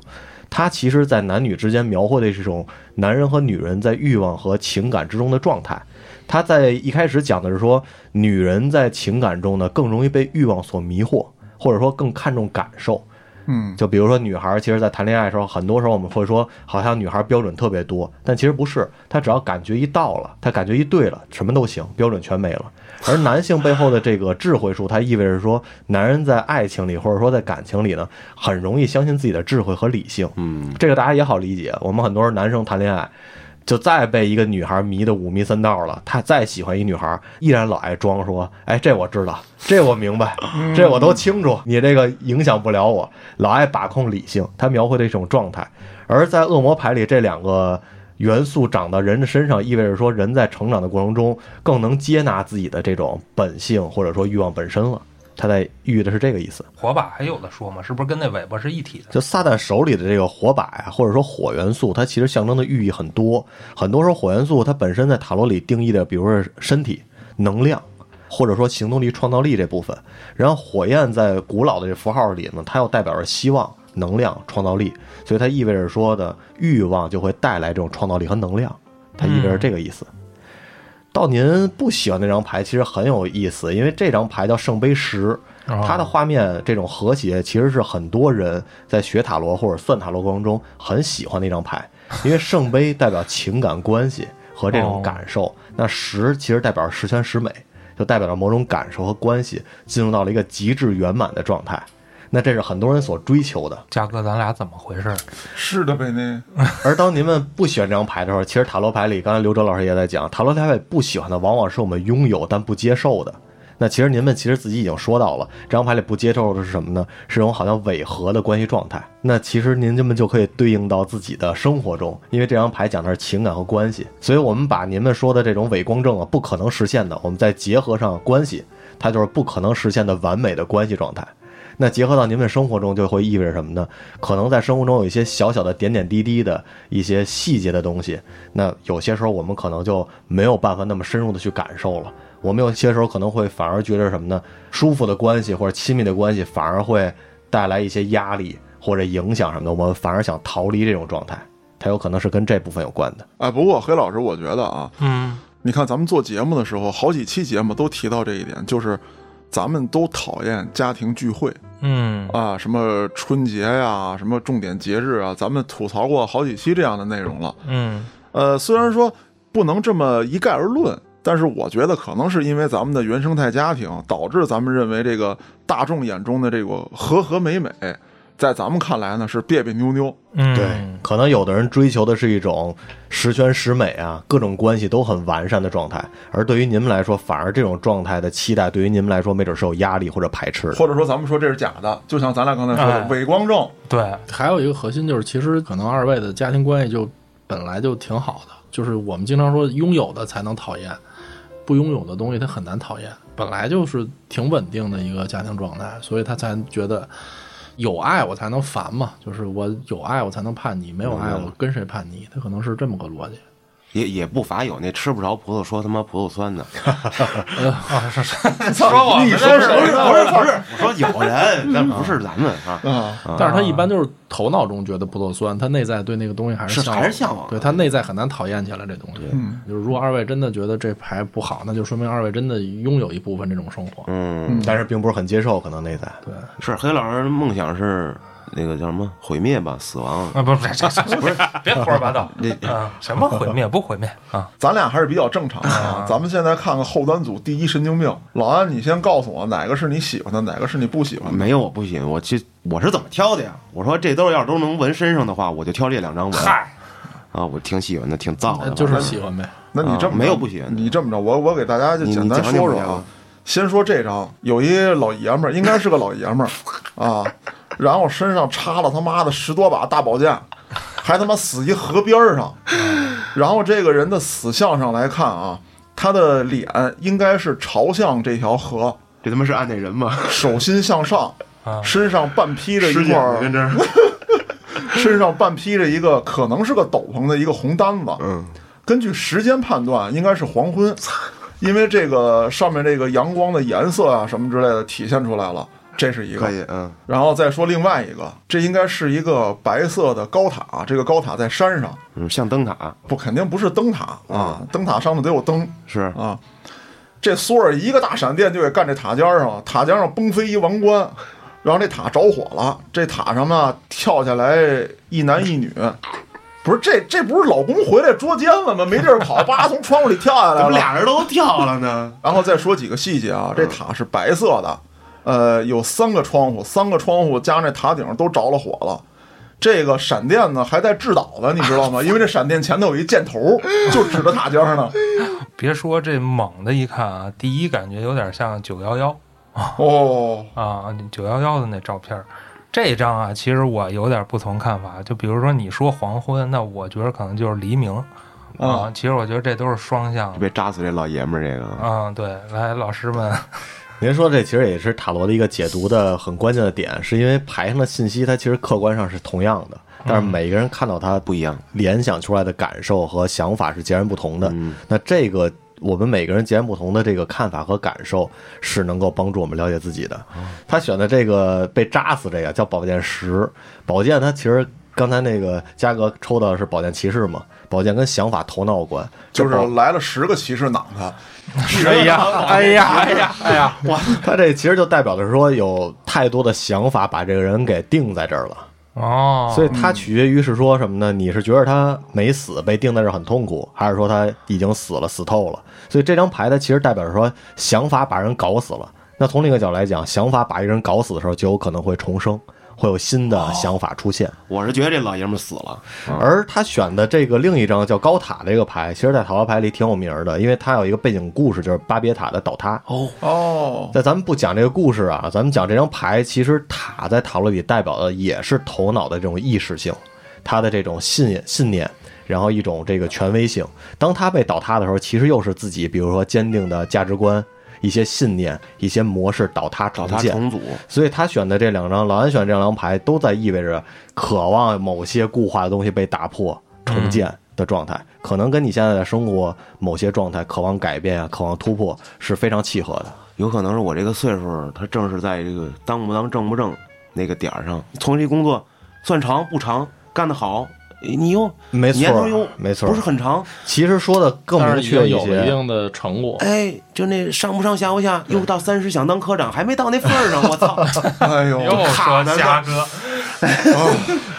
它其实，在男女之间描绘的是一种男人和女人在欲望和情感之中的状态。他在一开始讲的是说，女人在情感中呢更容易被欲望所迷惑，或者说更看重感受。嗯，就比如说女孩，其实，在谈恋爱的时候，很多时候我们会说，好像女孩标准特别多，但其实不是，她只要感觉一到了，她感觉一对了，什么都行，标准全没了。而男性背后的这个智慧树，它意味着说，男人在爱情里或者说在感情里呢，很容易相信自己的智慧和理性。嗯，这个大家也好理解。我们很多男生谈恋爱，就再被一个女孩迷得五迷三道了，他再喜欢一女孩，依然老爱装说：“哎，这我知道，这我明白，这我都清楚，你这个影响不了我。”老爱把控理性，他描绘的一种状态。而在恶魔牌里，这两个元素长到人的身上，意味着说人在成长的过程中更能接纳自己的这种本性或者说欲望本身了。他在寓意的是这个意思。火把还有的说吗？是不是跟那尾巴是一体的？就撒旦手里的这个火把呀，或者说火元素，它其实象征的寓意很多。很多时候，火元素它本身在塔罗里定义的，比如说是身体、能量，或者说行动力、创造力这部分。然后火焰在古老的这符号里呢，它又代表着希望、能量、创造力，所以它意味着说的欲望就会带来这种创造力和能量，它意味着这个意思。到您不喜欢那张牌，其实很有意思，因为这张牌叫圣杯十，哦它的画面这种和谐，其实是很多人在学塔罗或者算塔罗过程中很喜欢的一张牌，因为圣杯代表情感关系和这种感受，那十其实代表十全十美，就代表着某种感受和关系进入到了一个极致圆满的状态，那这是很多人所追求的。嘉哥，咱俩怎么回事？是的呗，那 而当您们不喜欢这张牌的时候，其实塔罗牌里，刚才刘哲老师也在讲，塔罗牌里不喜欢的往往是我们拥有但不接受的。那其实您们其实自己已经说到了，这张牌里不接受的是什么呢？是一种好像违和的关系状态。那其实您这么就可以对应到自己的生活中，因为这张牌讲的是情感和关系，所以我们把您们说的这种伪光正啊不可能实现的，我们再结合上关系，它就是不可能实现的完美的关系状态。那结合到您们生活中，就会意味着什么呢？可能在生活中有一些小小的点点滴滴的一些细节的东西，那有些时候我们可能就没有办法那么深入的去感受了。我们有些时候可能会反而觉得什么呢？舒服的关系或者亲密的关系反而会带来一些压力或者影响什么的，我们反而想逃离这种状态，它有可能是跟这部分有关的。哎，不过黑老师，我觉得啊，嗯，你看咱们做节目的时候，好几期节目都提到这一点，就是咱们都讨厌家庭聚会嗯，啊，什么春节呀、什么重点节日啊，咱们吐槽过好几期这样的内容了。嗯，呃，虽然说不能这么一概而论，但是我觉得可能是因为咱们的原生态家庭，导致咱们认为这个大众眼中的这个和和美美，在咱们看来呢是别别扭扭。嗯，对，可能有的人追求的是一种十全十美啊，各种关系都很完善的状态，而对于您们来说，反而这种状态的期待，对于您们来说，没准是有压力或者排斥的。或者说咱们说这是假的，就像咱俩刚才说的哎伪光正，对，还有一个核心就是，其实可能二位的家庭关系就本来就挺好的，就是我们经常说拥有的才能讨厌，不拥有的东西他很难讨厌，本来就是挺稳定的一个家庭状态，所以他才觉得有爱我才能烦嘛，就是我有爱我才能叛逆，没有爱我跟谁叛逆，他可能是这么个逻辑。也也不乏有那吃不着葡萄 说他妈葡萄酸的。啊， 是是，说我们这不是不是不是不是，我说有人，但不是咱们 啊。啊，但是他一般就是头脑中觉得不够酸，他内在对那个东西还是向还是向往对他内在很难讨厌起来这东西。嗯就是如果二位真的觉得这牌不好，那就说明二位真的拥有一部分这种生活。嗯，但是并不是很接受，可能内在。对，是黑老师的梦想是那个叫什么毁灭吧，死 亡。啊，不是，这 这不是，别胡说八道 啊！什么毁灭不毁灭啊？咱俩还是比较正常的啊。咱们现在看看后端组第一神经病老安，你先告诉我哪个是你喜欢的，哪个是你不喜欢的？啊没有，我不信，我去，我是怎么挑的呀？我说这都要是都能纹身上的话，我就挑这两张纹。嗨，啊，我挺喜欢的，挺造那的，嗯就是喜欢呗。那你这么着啊没有不喜欢的你这么着，我我给大家就你简单你讲讲说说你讲啊。先说这张，有一老爷们儿，应该是个老爷们 儿啊，然后身上插了他妈的十多把大宝剑，还他妈死一河边儿上，然后这个人的死相上来看啊，他的脸应该是朝向这条河，这他妈是按那 人吗？手心向上，啊身上半披着尸一检呢跟块，这儿，身上半披着一个可能是个斗篷的一个红单子。嗯，根据时间判断，应该是黄 昏，因为这个上面这个阳光的颜色啊什么之类的体现出来了，这是一个可。以，嗯，然后再说另外一个，这应该是一个白色的高塔，这个高塔在山上，嗯，像灯塔不肯定不是灯塔嗯啊，灯塔上面得有灯是，啊。这索尔一个大闪电就给干这塔尖上了，塔尖上崩飞一王冠，然后这塔着火了，这塔上面跳下来一男一女。不是这这不是老公回来捉奸了吗？没地儿跑，叭从窗户里跳下来怎了。么俩嗯人都跳了呢？ 然后再说几个细节啊，这塔是白色的，呃，有三个窗户，三个窗户加上这塔顶都着了火了。这个闪电呢还在制导呢，你知道吗？因为这闪电前头有一箭头，就指着塔尖儿呢。别说这猛的一看啊，第一感觉有点像九幺幺哦，啊，九幺幺的那照片儿。这张啊，其实我有点不同看法。就比如说你说黄昏，那我觉得可能就是黎明啊。其实我觉得这都是双向的被扎死这老爷们儿，这个啊。对，来老师们，您说这其实也是塔罗的一个解读的很关键的点，是因为牌上的信息它其实客观上是同样的，但是每个人看到它不一样，联想出来的感受和想法是截然不同的。那这个我们每个人截然不同的这个看法和感受，是能够帮助我们了解自己的。他选的这个被扎死这个叫宝剑十，宝剑它其实刚才那个嘉哥抽到的是宝剑骑士嘛，宝剑跟想法头脑有关，就这宝是来了十个骑士攮他， 哎呀，哎呀，哎呀，哎呀！哇，他这其实就代表着说有太多的想法把这个人给定在这儿了，哦，所以他取决于是说什么呢？你是觉得他没死被定在这儿很痛苦，还是说他已经死了死透了？所以这张牌它其实代表着说想法把人搞死了。那从另一个角度来讲，想法把一个人搞死的时候，就有可能会重生，会有新的想法出现。我是觉得这老爷们儿死了，而他选的这个另一张叫高塔这个牌，其实在塔罗牌里挺有名儿的，因为它有一个背景故事，就是巴别塔的倒塌。哦，在咱们不讲这个故事啊，咱们讲这张牌，其实塔在塔罗里代表的也是头脑的这种意识性，它的这种信信念，然后一种这个权威性。当它被倒塌的时候，其实又是自己，比如说坚定的价值观、一些信念、一些模式倒塌重找他建。重组，所以他选的这两张，老安选这两张牌，都在意味着渴望某些固化的东西被打破、重建的状态，可能跟你现在的生活某些状态、渴望改变啊、渴望突破是非常契合的。有可能是我这个岁数，他正是在这个当不当正不正那个点儿上。从这工作算长不长，干得好，你用没错年头用没错不是很长。其实说的更但明是也确有了些，一定的成果。哎，就那上不上下不下，又到三十想当科长，还没到那份儿上，我 操！哎呦，又说虾哥，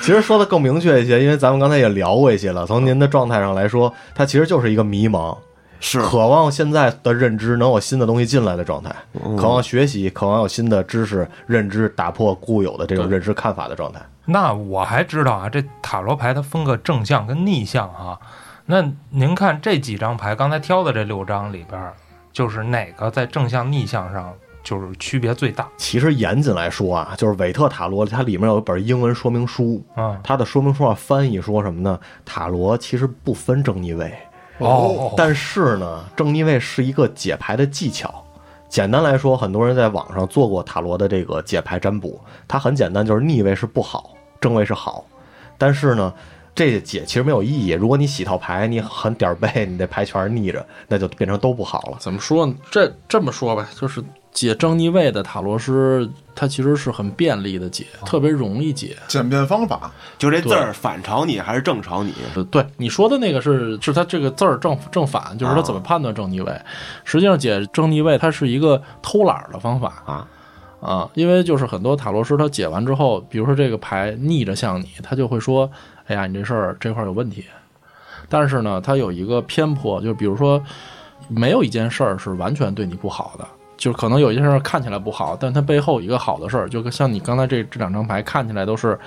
其实说的更明确一些，因为咱们刚才也聊过一些了。从您的状态上来说，它其实就是一个迷茫，是渴望现在的认知能有新的东西进来的状态，渴望学习，渴望有新的知识认知，打破固有的这种认知看法的状态。那我还知道啊，这塔罗牌它分个正向跟逆向啊。那您看这几张牌，刚才挑的这六张里边儿，就是哪个在正向逆向上就是区别最大其实严谨来说啊，就是韦特塔罗，它里面有一本英文说明书，啊？它的说明书上翻译说什么呢？塔罗其实不分正逆位，哦，但是呢，正逆位是一个解牌的技巧。简单来说，很多人在网上做过塔罗的这个解牌占卜，它很简单，就是逆位是不好，正位是好。但是呢，这解其实没有意义。如果你洗套牌，你很点儿背，你这牌全是逆着，那就变成都不好了。怎么说呢？这这么说吧，就是解正逆位的塔罗师，他其实是很便利的解，特别容易解。简便方法，就这字儿反朝你还是正朝你？呃，对你说的那个是是他这个字儿正正反，就是他怎么判断正逆位。实际上解正逆位，它是一个偷懒儿的方法啊啊，因为就是很多塔罗师他解完之后，比如说这个牌逆着向你，他就会说：“哎呀，你这事儿这块儿有问题。”但是呢，它有一个偏颇，就比如说，没有一件事儿是完全对你不好的，就是可能有一件事儿看起来不好，但它背后有一个好的事儿，就跟像你刚才这这两张牌看起来都是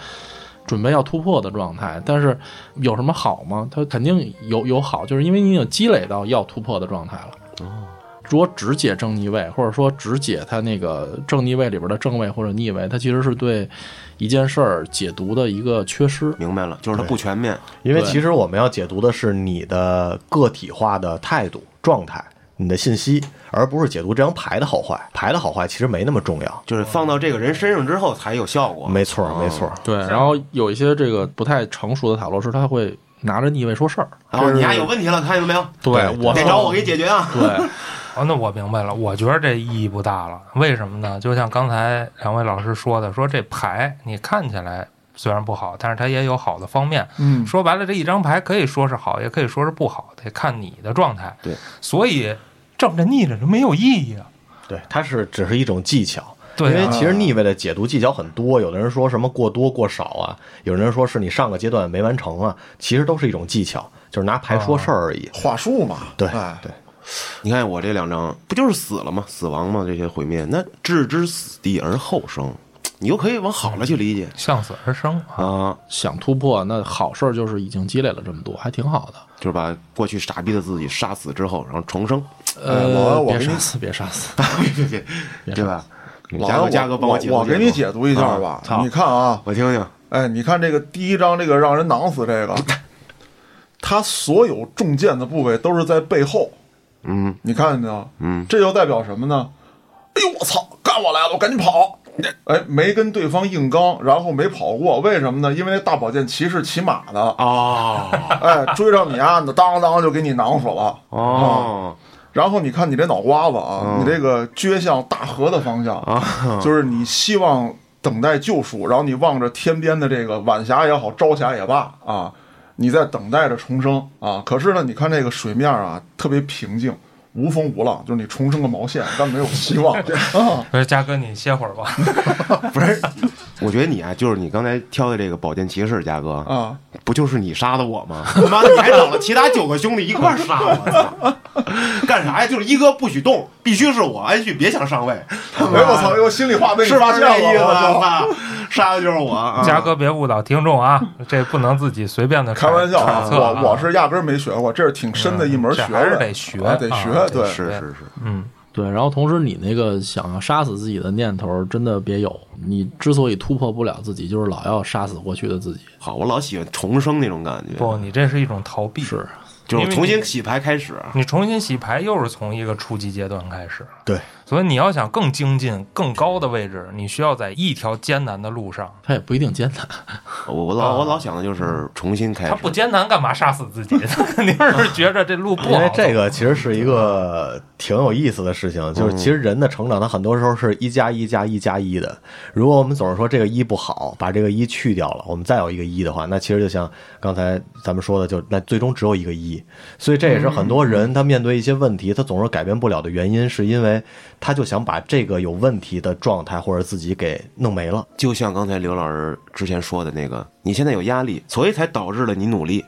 准备要突破的状态，但是有什么好吗？它肯定有有好，就是因为你已经积累到要突破的状态了。如果只解正逆位，或者说只解它那个正逆位里边的正位或者逆位，它其实是对一件事儿解读的一个缺失。明白了，就是它不全面。因为对其实我们要解读的是你的个体化的态度、状态、你的信息，而不是解读这张牌的好坏。牌的好坏其实没那么重要。就是放到这个人身上之后才有效果。没错，没错。对，然后有一些这个不太成熟的塔罗师，他会拿着逆位说事儿。然后你家有问题了，看见没有？对我得找我给你解决啊！对，哦，那我明白了，我觉得这意义不大了。为什么呢？就像刚才两位老师说的，说这牌你看起来虽然不好，但是它也有好的方面。嗯，说白了，这一张牌可以说是好，也可以说是不好，得看你的状态。对，所以正着逆着就没有意义啊。对，它是只是一种技巧。对因啊为其实逆位的解读技巧很多，有的人说什么过多过少啊，有的人说是你上个阶段没完成啊，其实都是一种技巧，就是拿牌啊说事儿而已。话术嘛，对哎，对，你看我这两张，不就是死了吗？死亡吗？这些毁灭，那置之死地而后生，你又可以往好了去理解向死而生啊，啊， 想突破，那好事儿就是已经积累了这么多，还挺好的。就是把过去傻逼的自己杀死之后，然后重生，哎老呃，安我别给你杀死，别杀死。 对吧？老嘉安哥，我嘉哥帮我解我读给你解读一下啊吧。操你看啊，我听听，哎，你看这个第一章这个让人囊死这个，他所有中箭的部位都是在背后，嗯你看见没有？嗯，这又代表什么呢？哎呦，我操，干我来了，我赶紧跑！哎，没跟对方硬刚，然后没跑过，为什么呢？因为那大保健骑士骑马的，哦哎，追上你啊，那当当就给你囊死了。哦，然后你看你这脑瓜子啊，你这个撅向大河的方向，就是你希望等待救赎，然后你望着天边的这个晚霞也好，朝霞也罢啊，你在等待着重生啊。可是呢，你看这个水面啊，特别平静。无风无浪，就是你重生个毛线，但没有希望啊！我说呃嘉哥，你歇会儿吧。不是，我觉得你啊，就是你刚才挑的这个宝剑骑士，嘉哥啊，不就是你杀的我 吗？他妈的，你还找了其他九个兄弟一块儿杀我，操！干啥呀？就是一哥不许动，必须是我，安旭别想上位，哎我操！我心里话被你是吧？发现是这意思了，我啊吧？操！操杀的就是我啊！嘉哥，别误导听众啊，这不能自己随便的开玩笑揣啊，测啊。我我是压根儿没学过，这是挺深的一门嗯学这问，还是得学啊得啊学，对，是是是，嗯，对，然后同时你那个想要杀死自己的念头儿真的别有。你之所以突破不了自己，就是老要杀死过去的自己。好，我老喜欢重生那种感觉，不，你这是一种逃避，是，就是我重新洗牌开始。啊你重新洗牌又是从一个初级阶段开始。对，所以你要想更精进、更高的位置，你需要在一条艰难的路上。它也不一定艰难。 我我老我老想的就是重新开始啊他。不艰难，干嘛杀死自己？ 他肯定是觉着这路不好走。嗯因为这个其实是一个挺有意思的事情，就是其实人的成长，它很多时候是一加一加一加一的。如果我们总是说这个一不好，把这个一去掉了，我们再有一个一的话，那其实就像刚才咱们说的，就那最终只有一个一。所以这也是很多人他面对一些问题，他总是改变不了的原因，是因为他就想把这个有问题的状态或者自己给弄没了。就像刚才刘老师之前说的那个，你现在有压力，所以才导致了你努力。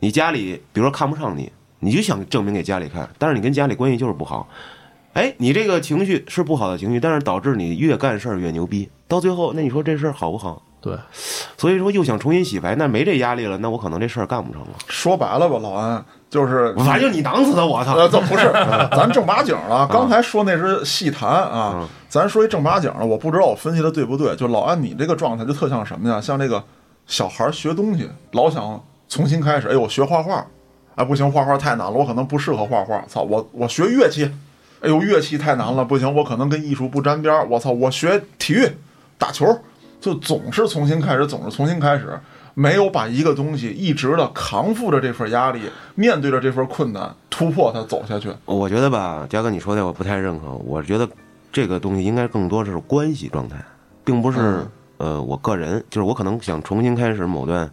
你家里比如说看不上你，你就想证明给家里看，但是你跟家里关系就是不好。哎，你这个情绪是不好的情绪，但是导致你越干事儿越牛逼，到最后，那你说这事儿好不好？对，所以说又想重新洗牌，那没这压力了，那我可能这事儿干不成了。说白了吧，老安就是反正就你囊死他，我 操！呃，这不是， 咱正八经儿了。刚才说那是戏谈啊，咱说一正八经儿的，我不知道我分析的对不对。就老按你这个状态，就特像什么呀？像这个小孩儿学东西，老想重新开始。哎，我学画画，哎，不行，画画太难了，我可能不适合画画。操，我我学乐器，哎呦，乐器太难了，不行，我可能跟艺术不沾边儿。我操，我学体育，打球，就总是重新开始，总是重新开始。没有把一个东西一直的扛负着这份压力，面对着这份困难，突破它走下去。我觉得吧，嘉哥你说的我不太认可。我觉得这个东西应该更多是关系状态，并不是、嗯呃我个人，就是我可能想重新开始某段，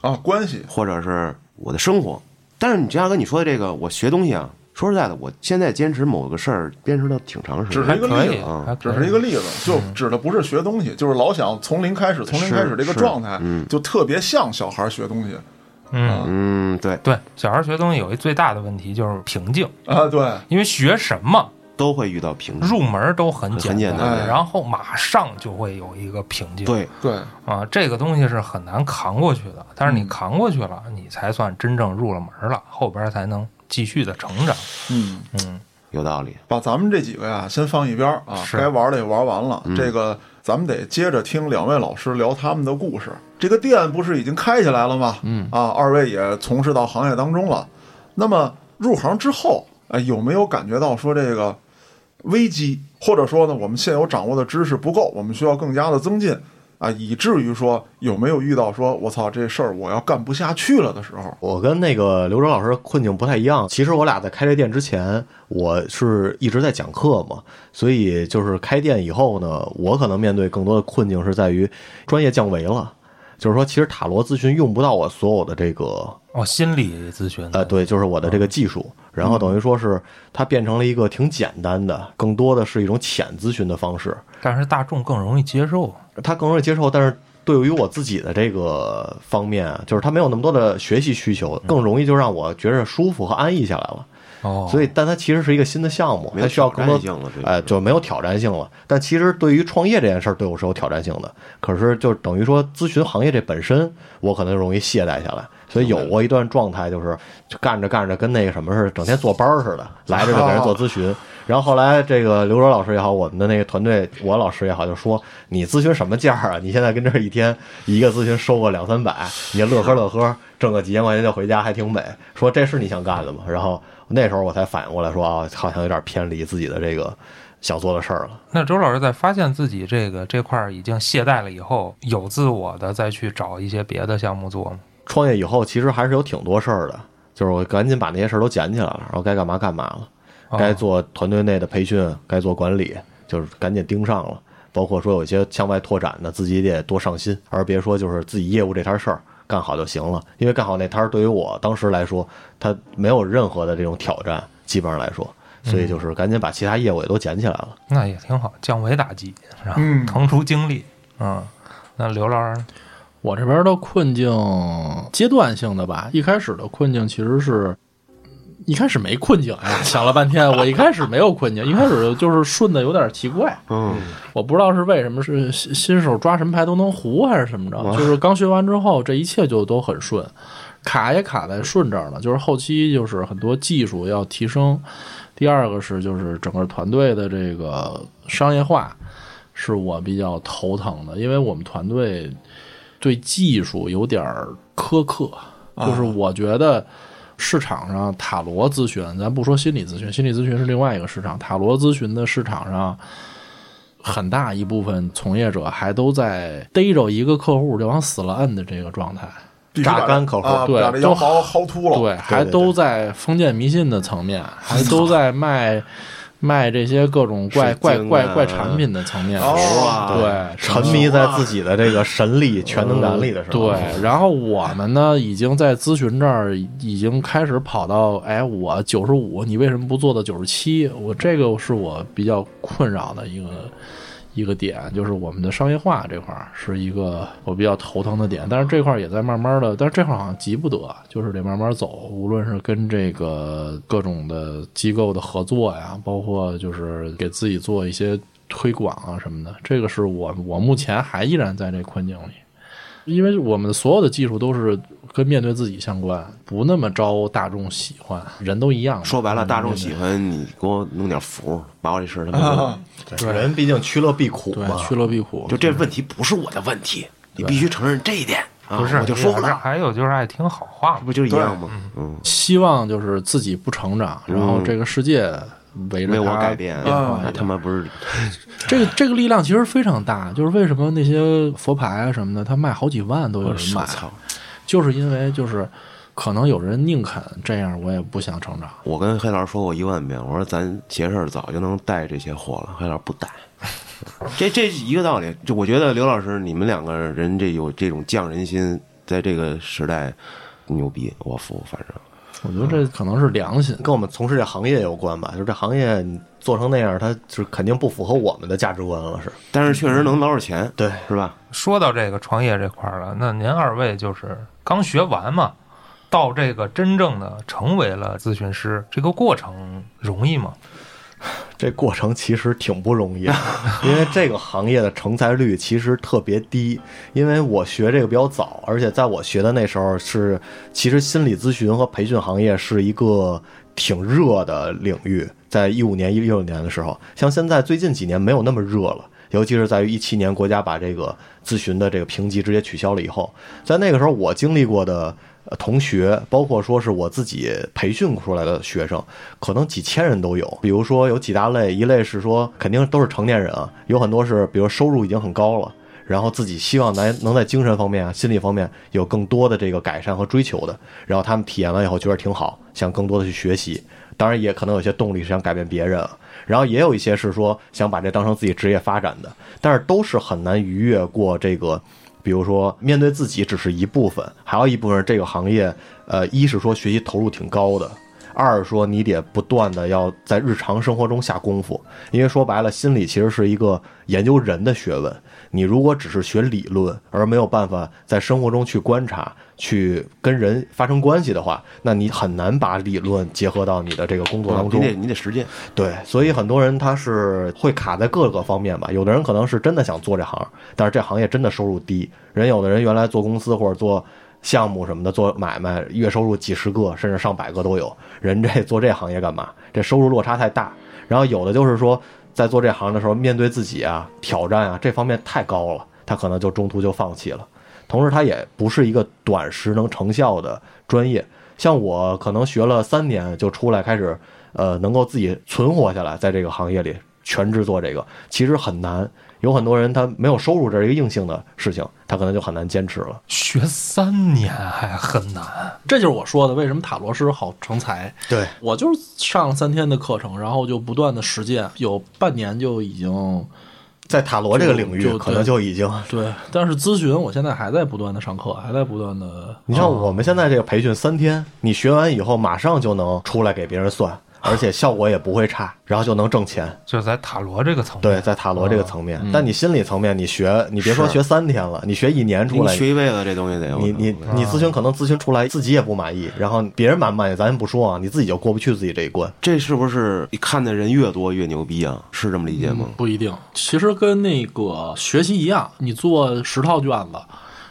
啊，关系嗯或者是我的生活。但是你嘉哥你说的这个，我学东西啊，说实在的，我现在坚持某个事儿，坚持了挺长时只还是间一。个可以例子，啊还可只以嗯是一个例子，就指的不是学东西，就是老想从零开始，从零开始这个是状态，嗯就特别像小孩学东西嗯。嗯，对，对，小孩学东西有一最大的问题就是平静，啊。对，因为学什么都会遇到瓶颈。入门都很简很简单然后马上就会有一个瓶颈。对，对，啊，这个东西是很难扛过去的，但是嗯你扛过去了，你才算真正入了门了，后边才能继续的成长。嗯，嗯，有道理。把咱们这几个呀先放一边儿啊，是该玩的也玩完了。这个咱们得接着听两位老师聊他们的故事。这个店不是已经开起来了吗？嗯啊，二位也从事到行业当中了。那么入行之后，哎，有没有感觉到说这个危机，或者说呢，我们现有掌握的知识不够，我们需要更加的增进啊，以至于说有没有遇到说我操这事儿我要干不下去了的时候？我跟那个刘哲老师困境不太一样。其实我俩在开这店之前，我是一直在讲课嘛，所以就是开店以后呢，我可能面对更多的困境是在于专业降维了。就是说，其实塔罗咨询用不到我所有的这个哦，心理咨啊询呃，对，就是我的这个技术，然后等于说是它变成了一个挺简单的，更多的是一种浅咨询的方式，但是大众更容易接受。它更容易接受，但是。对于我自己的这个方面，啊就是它没有那么多的学习需求，更容易就让我觉着舒服和安逸下来了。哦，所以，但它其实是一个新的项目，没有它需要更多挑战性了这，个哎，就没有挑战性了。但其实对于创业这件事儿，对我是有挑战性的。可是，就等于说咨询行业这本身，我可能容易懈怠下来。所以有过一段状态，就是就干着干着跟那个什么似的，整天坐班儿似的，来这就哦给人做咨询。然后后来这个刘卓老师也好，我们的那个团队，我老师也好，就说你咨询什么价儿啊？你现在跟这儿一天一个咨询收个两三百，你乐呵乐呵，挣个几千块钱就回家，还挺美。说这是你想干的吗？然后那时候我才反应过来说啊，好像有点偏离自己的这个想做的事儿了。那周老师在发现自己这个这块儿已经懈怠了以后，有自我的再去找一些别的项目做吗？创业以后，其实还是有挺多事儿的，就是我赶紧把那些事儿都捡起来了，然后该干嘛干嘛了。哦该做团队内的培训，该做管理，就是赶紧盯上了。包括说有一些向外拓展的，自己得多上心，而别说就是自己业务这摊事儿干好就行了。因为干好那摊儿，对于我当时来说，它没有任何的这种挑战，基本上来说，所以就是赶紧把其他业务也都捡起来了。那也挺好，降维打击，然后嗯 腾出精力。嗯，那刘老师呢，我这边的困境阶段性的吧，一开始的困境其实是。嗯一开始没困境，哎呀，想了半天，我一开始没有困境，一开始就是顺的有点奇怪，嗯，我不知道是为什么，是新新手抓什么牌都能胡还是怎么着？就是刚学完之后，这一切就都很顺，卡也卡在顺这儿了。就是后期就是很多技术要提升，第二个是就是整个团队的这个商业化，是我比较头疼的，因为我们团队对技术有点儿苛刻，就是我觉得。市场上塔罗咨询，咱不说心理咨询，心理咨询是另外一个市场。塔罗咨询的市场上，很大一部分从业者还都在逮着一个客户就往死了摁的这个状态，必须把榨干客户啊对把这都羊毛薅秃了。对，还都在封建迷信的层面，还都在卖卖这些各种怪水晶怪啊怪怪产品的层面，哦对，沉迷在自己的这个神力、全能感里的时候，对，然后我们呢，已经在咨询这儿已经开始跑到，哎，我九十五，你为什么不做到九十七？我这个是我比较困扰的一个一个点，就是我们的商业化这块儿是一个我比较头疼的点，但是这块儿也在慢慢的，但是这块儿好像急不得，就是得慢慢走，无论是跟这个各种的机构的合作呀，包括就是给自己做一些。推广啊什么的，这个是我我目前还依然在这困境里。因为我们所有的技术都是跟面对自己相关，不那么招大众喜欢，人都一样嘛。说白了，大众喜欢欢你给我弄点福，把我这事儿他 妈对，人毕竟趋乐避苦对嘛，趋乐避苦，就这问题不是我的问题，你必须承认这一点啊！不是，我就说你了，还有就是爱听好话嘛。不就一样吗？嗯，希望就是自己不成长，然后这个世界围着为我他改变，变化一那点他妈不是这个这个力量其实非常大，就是为什么那些佛牌啊什么的，它卖好几万都有人买，就是因为就是可能有人宁肯这样，我也不想成长。我跟黑老师说过一万遍，我说咱邪事儿早就能带这些货了，黑老师不带。 这这是一个道理，就我觉得刘老师你们两个人这有这种匠人心，在这个时代牛逼，我服，反正我觉得这可能是良心，跟我们从事这行业有关吧，就是这行业你做成那样，它就是肯定不符合我们的价值观了，是但是确实能捞着钱，对，是吧？说到这个创业这块儿了，那您二位就是刚学完嘛，到这个真正的成为了咨询师，这个过程容易吗？这过程其实挺不容易的，因为这个行业的成才率其实特别低。因为我学这个比较早，而且在我学的那时候是，其实心理咨询和培训行业是一个挺热的领域，在一五年、一六年的时候，像现在最近几年没有那么热了，尤其是在于一七年国家把这个咨询的这个评级直接取消了以后，在那个时候我经历过的呃同学，包括说是我自己培训出来的学生，可能几千人都有。比如说有几大类，一类是说肯定都是成年人啊，有很多是比如收入已经很高了。然后自己希望能能在精神方面啊、心理方面有更多的这个改善和追求的。然后他们体验完以后觉得挺好，想更多的去学习。当然也可能有些动力是想改变别人，啊然后也有一些是说想把这当成自己职业发展的，但是都是很难逾越过这个。比如说，面对自己只是一部分，还有一部分是这个行业，呃，一是说学习投入挺高的，二是说你得不断的要在日常生活中下功夫，因为说白了，心理其实是一个研究人的学问。你如果只是学理论，而没有办法在生活中去观察、去跟人发生关系的话，那你很难把理论结合到你的这个工作当你中。得你得实践，对，所以很多人他是会卡在各个方面吧。有的人可能是真的想做这行，但是这行业真的收入低。人有的人原来做公司或者做项目什么的，做买卖，呃月收入几十个甚至上百个都有。人这做这行业干嘛？这收入落差太大。然后有的就是说，在做这行的时候，面对自己啊、挑战啊这方面太高了，他可能就中途就放弃了。同时，它也不是一个短时能成效的专业。像我可能学了三年就出来，开始呃能够自己存活下来，在这个行业里全职做这个，其实很难。有很多人他没有收入，这是一个硬性的事情，他可能就很难坚持了。学三年还很难，这就是我说的，为什么塔罗师好成才？对，我就是上了三天的课程，然后就不断的实践，有半年就已经在塔罗这个领就域，就可能就已经。对。但是咨询我现在还在不断的上课，还在不断的。你像我们现在这个培训三天，你学完以后马上就能出来给别人算，而且效果也不会差，然后就能挣钱。就是在塔罗这个层面。对，在塔罗这个层面，嗯但你心理层面，你学，你别说嗯是学三天了，你学一年出你来，学一辈子这东西得。我嗯你你你咨询可能咨询出来自己也不满意，然后别人满不满意咱不说啊，你自己就过不去自己这一关。这是不是你看的人越多越牛逼啊？是这么理解吗？不一定，其实跟那个学习一样，你做十套卷子，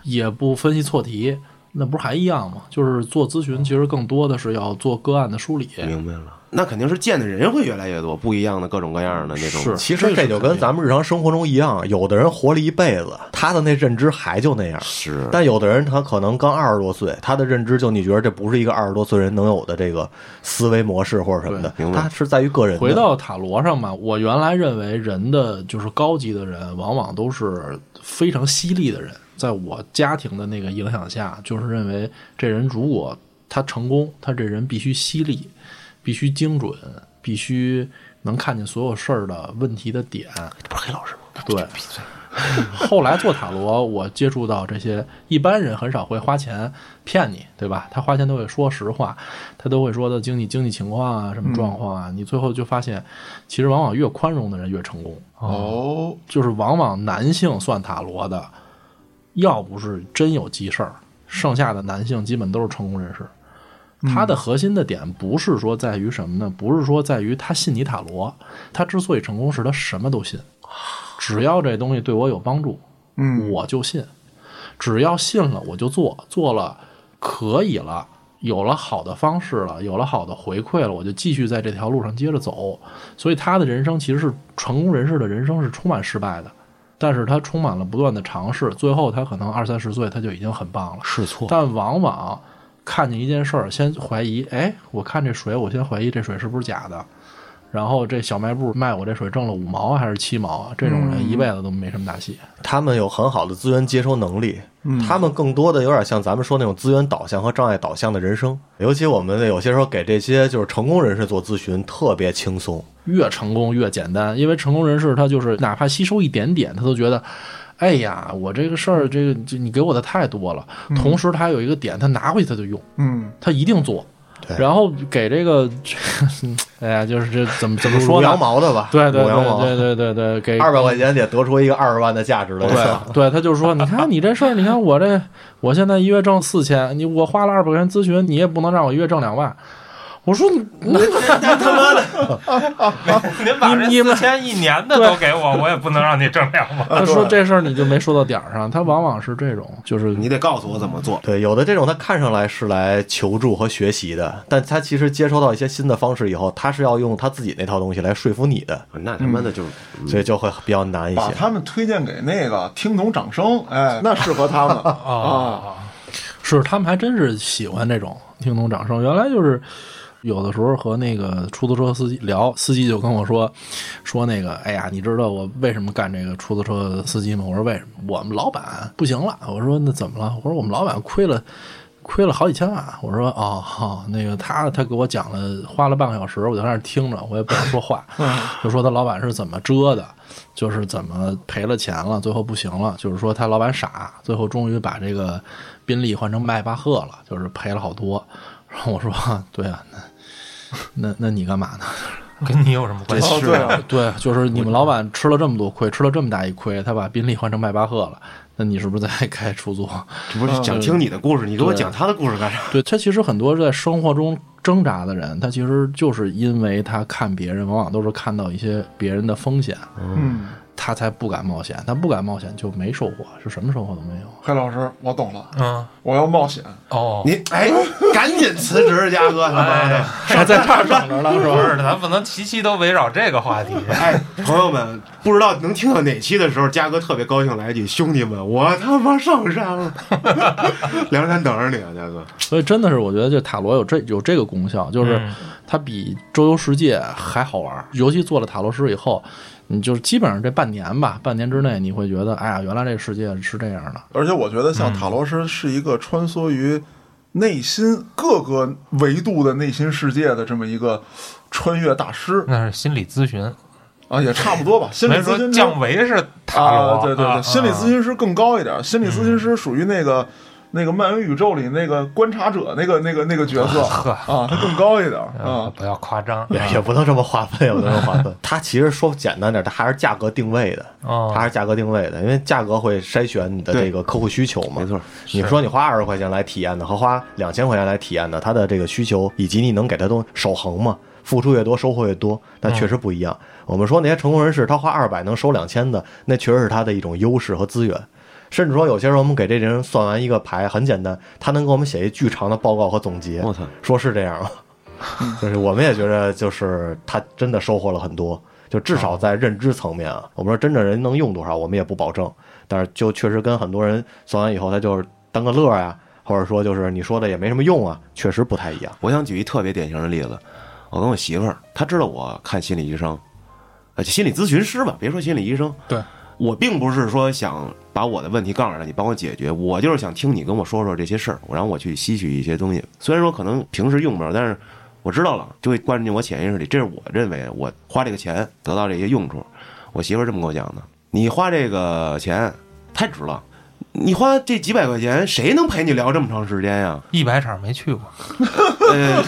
也不分析错题，那不是还一样吗？就是做咨询，其实更多的是要做个案的梳理。明白了，啊那肯定是见的人会越来越多，不一样的各种各样的那种。是其实这就跟咱们日常生活中一样，有的人活了一辈子，他的那认知还就那样。是但有的人他可能刚二十多岁，他的认知就你觉得这不是一个二十多岁人能有的这个思维模式或者什么的对，明白他是在于个人的。回到塔罗上嘛，我原来认为人的就是高级的人，往往都是非常犀利的人。在我家庭的那个影响下，就是认为这人如果他成功，他这人必须犀利，必须精准，必须能看见所有事儿的问题的点。这不是黑老师吗？对。后来做塔罗，我接触到这些一般人很少会花钱骗你，对吧？他花钱都会说实话，他都会说的经济经济情况啊，什么状况啊，你最后就发现，其实往往越宽容的人越成功。哦，就是往往男性算塔罗的，要不是真有急事儿，剩下的男性基本都是成功人士。他的核心的点不是说在于什么呢？不是说在于他信你塔罗，他之所以成功是他什么都信，只要这东西对我有帮助，嗯，我就信，只要信了我就做，做了可以了，有了好的方式了，有了好的回馈了，我就继续在这条路上接着走。所以他的人生其实是成功人士的人生是充满失败的，但是他充满了不断的尝试，最后他可能二三十岁他就已经很棒了。试错，但往往看见一件事儿，先怀疑，哎，我看这水，我先怀疑这水是不是假的。然后这小卖部卖我这水挣了五毛还是七毛啊？这种人一辈子都没什么大戏。他们有很好的资源接收能力，他们更多的有点像咱们说那种资源导向和障碍导向的人生。尤其我们有些时候给这些就是成功人士做咨询，特别轻松。越成功越简单，因为成功人士他就是哪怕吸收一点点，他都觉得，哎呀，我这个事儿，这个这你给我的太多了。嗯同时，他还有一个点，他拿回去他就用，嗯，他一定做。对然后给这个， 哎呀，就是这怎么怎么说五羊呢？毛的吧？对对五羊对毛，对对对，给二百块钱得得出一个二十万的价值来。对对，他就说，你看你这事儿，你看我这，我现在一月挣四千，你我花了二百块钱咨询，你也不能让我一月挣两万。我说你您把这你们四千一年的都给我，我也不能让你挣两万。他 说这事儿你就没说到点儿上，他往往是这种，就是你得告诉我怎么做。 对，有的这种他看上来是来求助和学习的，但他其实接收到一些新的方式以后，他是要用他自己那套东西来说服你的，那他妈的就所以就会比较难一把些。他们推荐给那个听懂掌声，哎，那适合他们 啊。是他们还真是喜欢这种听懂掌声。原来就是有的时候和那个出租车司机聊，司机就跟我说说那个，哎呀，你知道我为什么干这个出租车司机吗？我说为什么？我们老板不行了。我说那怎么了？我说我们老板亏了。亏了好几千万，我说哦，好、那个他他给我讲了，花了半个小时，我就在那儿听着，我也不想说话，就说他老板是怎么折的，就是怎么赔了钱了，最后不行了，就是说他老板傻，最后终于把这个宾利换成迈巴赫了，就是赔了好多。然后我说，对啊，那那 那你干嘛呢？跟你有什么关系？哦，对啊，对，就是你们老板吃了这么多亏，吃了这么大一亏，他把宾利换成迈巴赫了，那你是不是在开出租？这不是想听你的故事，你给我讲他的故事干啥？对他其实很多在生活中挣扎的人，他其实就是因为他看别人，往往都是看到一些别人的风险，嗯，他才不敢冒险。他不敢冒险就没收获，是什么收获都没有。黑老师，我懂了，嗯，我要冒险。哦，你哎，赶紧辞职，嘉 哥，他妈的！还在这儿等着呢，是不？是，咱不能期期都围绕这个话题。哎，朋友们，不知道能听到哪期的时候，嘉哥特别高兴来一句：“兄弟们，我他妈上山 了！”梁山等着你啊，嘉哥。所以真的是，我觉得这塔罗有这有这个功效，就是嗯它比周游世界还好玩。尤其做了塔罗师以后，你就是基本上这半年吧，半年之内你会觉得，哎呀，原来这世界是这样的。而且我觉得，像塔罗师是一个穿梭于内心各个维度的内心世界的这么一个穿越大师 那是心理咨询，啊，也差不多吧。心理嗯没咨说询降师维是塔啊，罗，对对对，心理咨询师更高一点，心理咨询师属于那个。那个漫威宇宙里那个观察者，那个那个那个角色呵啊，他更高一点啊 啊，。不要夸张。 也也不能这么划分，也不能这么 划分。它其实说简单点，它还是价格定位的，哦它还是价格定位的，因为价格会筛选你的这个客户需求嘛。没错，你说你花二十块钱来体验的和花两千块钱来体验的，它的这个需求以及你能给它东西守恒嘛，付出越多收获越多，嗯那确实不一样。我们说那些成功人士，他花二百能收两千的，那确实是他的一种优势和资源。甚至说，有些时候我们给这人算完一个牌很简单，他能给我们写一巨长的报告和总结。我操，说是这样 吗？就是我们也觉得，就是他真的收获了很多，就至嗯少在认知层面啊，我们说真的人能用多少，我们也不保证，但是就确实跟很多人算完以后，他就是当个乐儿呀、或者说就是你说的也没什么用啊，确实不太一样。我想举一特别典型的例子，我跟我媳妇儿，她知道我看心理医生，呃，心理咨询师吧，别说心理医生，对我并不是说想把我的问题告诉她，你帮我解决，我就是想听你跟我说说这些事儿，然后我去吸取一些东西。虽然说可能平时用不着，但是我知道了，就会灌进我潜意识里，这是我认为我花这个钱得到这些用处。我媳妇儿这么跟我讲的，你花这个钱太值了。你花这几百块钱，谁能陪你聊这么长时间呀？一百场没去过，呃，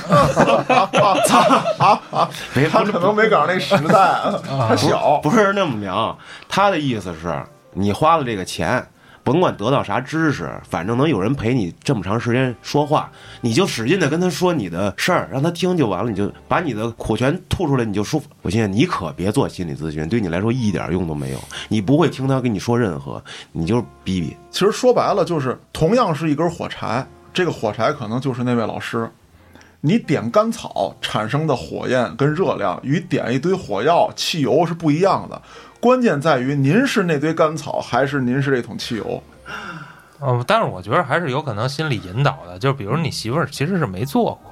没他可能没赶上那时代，啊 他小。不是那么聊，他的意思是你花了这个钱，甭管得到啥知识，反正能有人陪你这么长时间说话，你就使劲的跟他说你的事儿，让他听就完了，你就把你的苦全吐出来，你就舒服。我现在你可别做心理咨询，对你来说一点用都没有，你不会听他跟你说任何，你就是逼逼。其实说白了，就是同样是一根火柴，这个火柴可能就是那位老师。你点干草产生的火焰跟热量，与点一堆火药、汽油是不一样的。关键在于您是那堆干草，还是您是这桶汽油？嗯，但是我觉得还是有可能心理引导的，就比如你媳妇儿其实是没做过，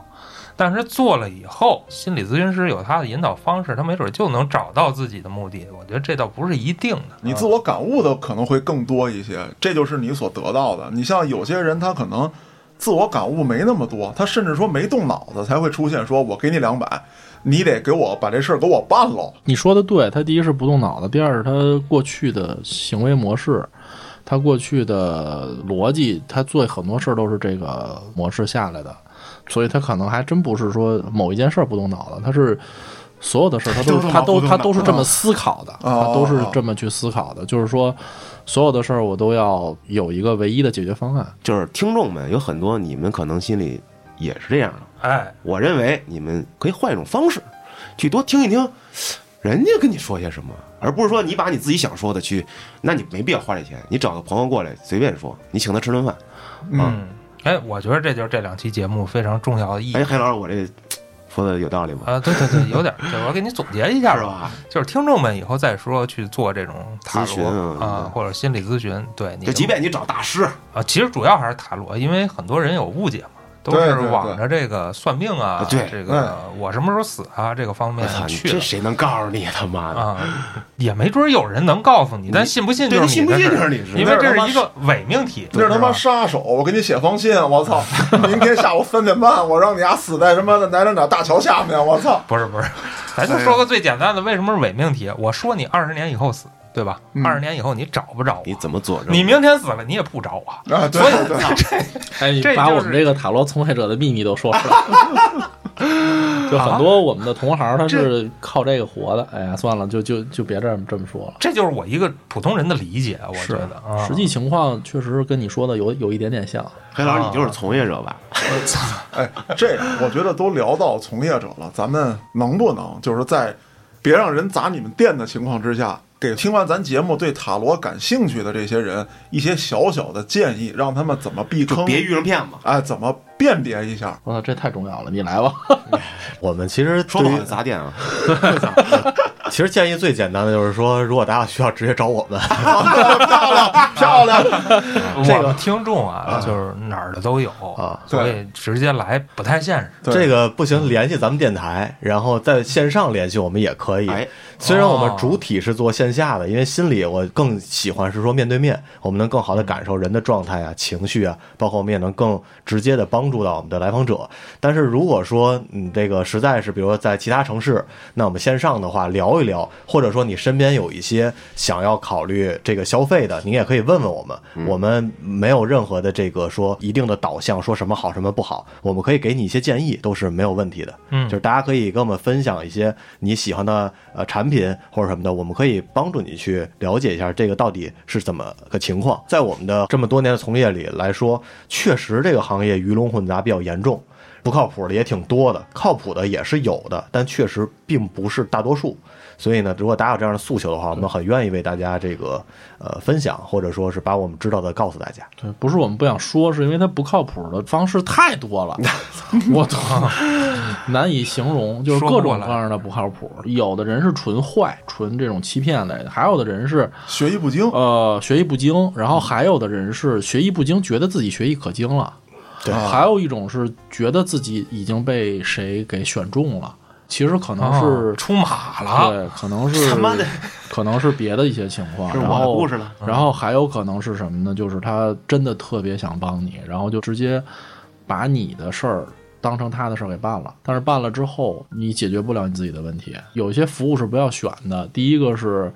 但是做了以后，心理咨询师有他的引导方式，他没准就能找到自己的目的。我觉得这倒不是一定的。你自我感悟的可能会更多一些，这就是你所得到的。你像有些人，他可能自我感悟没那么多，他甚至说没动脑子才会出现说“我给你两百，你得给我把这事儿给我办喽你说的对，他第一是不动脑子，第二是他过去的行为模式，他过去的逻辑，他做很多事儿都是这个模式下来的，所以他可能还真不是说某一件事儿不动脑子，他是所有的事儿他都是他都他都是这么思考的，啊哦他都是这么去思考的，就是说所有的事儿我都要有一个唯一的解决方案。就是听众们有很多，你们可能心里也是这样的。哎，我认为你们可以换一种方式，去多听一听人家跟你说些什么，而不是说你把你自己想说的去，那你没必要花这钱，你找个朋友过来随便说，你请他吃顿饭。嗯，哎，我觉得这就是这两期节目非常重要的意义哎，黑老师，我这说的有道理吗？啊。对对对，有点儿，对我给你总结一下是吧。吧？就是听众们以后再说去做这种塔咨询罗啊啊，或者心理咨询，对你就即便你找大师，啊，其实主要还是塔罗，因为很多人有误解嘛，都对是对对往着这个算命啊，对嗯这个我什么时候死啊这个方我面操，你去这了谁能告诉你他妈的？啊，也没准儿有人能告诉你，但信不信对就是你信你不的信事就是儿你的事因为儿这那他是妈一个伪命题，那是他妈是杀手！我给你写封信，啊我操！明天下午三点半，我让你丫死在什么哪哪哪大桥下面，我操！不是不是， 咱就说个最简单的，为什么是伪命题？我说你二十年以后死，对吧？嗯二十年以后你找不着你我，怎么佐证？你明天死了你也不找我，啊，对所以对对，哎，你这把就我们是这个塔罗从业者的秘密都说出来 了，就很多我们的同行他是靠这个活的。哎呀，算了，就就就别这么这么说了。这就是我一个普通人的理解，我觉是得啊，实际情况确实跟你说的有有一点点像，黑老师，你就是从业者吧？哎，这样我觉得都聊到从业者了，咱们能不能就是在别让人砸你们店的情况之下，给听完咱节目对塔罗感兴趣的这些人一些小小的建议，让他们怎么避坑，别遇上骗子，哎，怎么辨别一下？我操，这太重要了，你来吧。我们其实说不对好于就砸店啊！其实建议最简单的就是说，如果大家需要，直接找我 们。漂亮，漂亮！我们听众啊，就是哪儿的都有啊，所以直接来不太现实。对这个不行，联系咱们电台，然后在线上联系我们也可以。哎虽然我们主体是做线下的，因为心里我更喜欢是说面对面，我们能更好的感受人的状态啊、情绪啊，包括我们也能更直接的帮助到我们的来访者。但是如果说你这个实在是，比如说在其他城市，那我们线上的话聊一聊，或者说你身边有一些想要考虑这个消费的，你也可以问问我们，我们没有任何的这个说一定的导向，说什么好什么不好，我们可以给你一些建议，都是没有问题的。嗯就是大家可以跟我们分享一些你喜欢的呃产品或者什么的，我们可以帮助你去了解一下这个到底是怎么个情况。在我们的这么多年的从业里来说，确实这个行业鱼龙混杂比较严重。不靠谱的也挺多的，靠谱的也是有的，但确实并不是大多数。所以呢，如果大家有这样的诉求的话，我们很愿意为大家这个呃分享，或者说是把我们知道的告诉大家。对， 不是我们不想说，是因为它不靠谱的方式太多 了，我操，难以形容，就是说不各过种来各样的不靠谱。有的人是纯坏，纯这种欺骗类的；还有的人是学艺不精，呃学艺不精，然后还有的人是学艺不精，觉得自己学艺可精了。对还有一种是觉得自己已经被谁给选中了，其实可能啊是出马了， 对，可能是他妈的， 可能是别的一些情况。这是然我的后故事了然后还有可能是什么呢？就是他真的特别想帮你，然后就直接把你的事儿。当成他的事儿给办了，但是办了之后你解决不了你自己的问题。有一些服务是不要选的，第一个是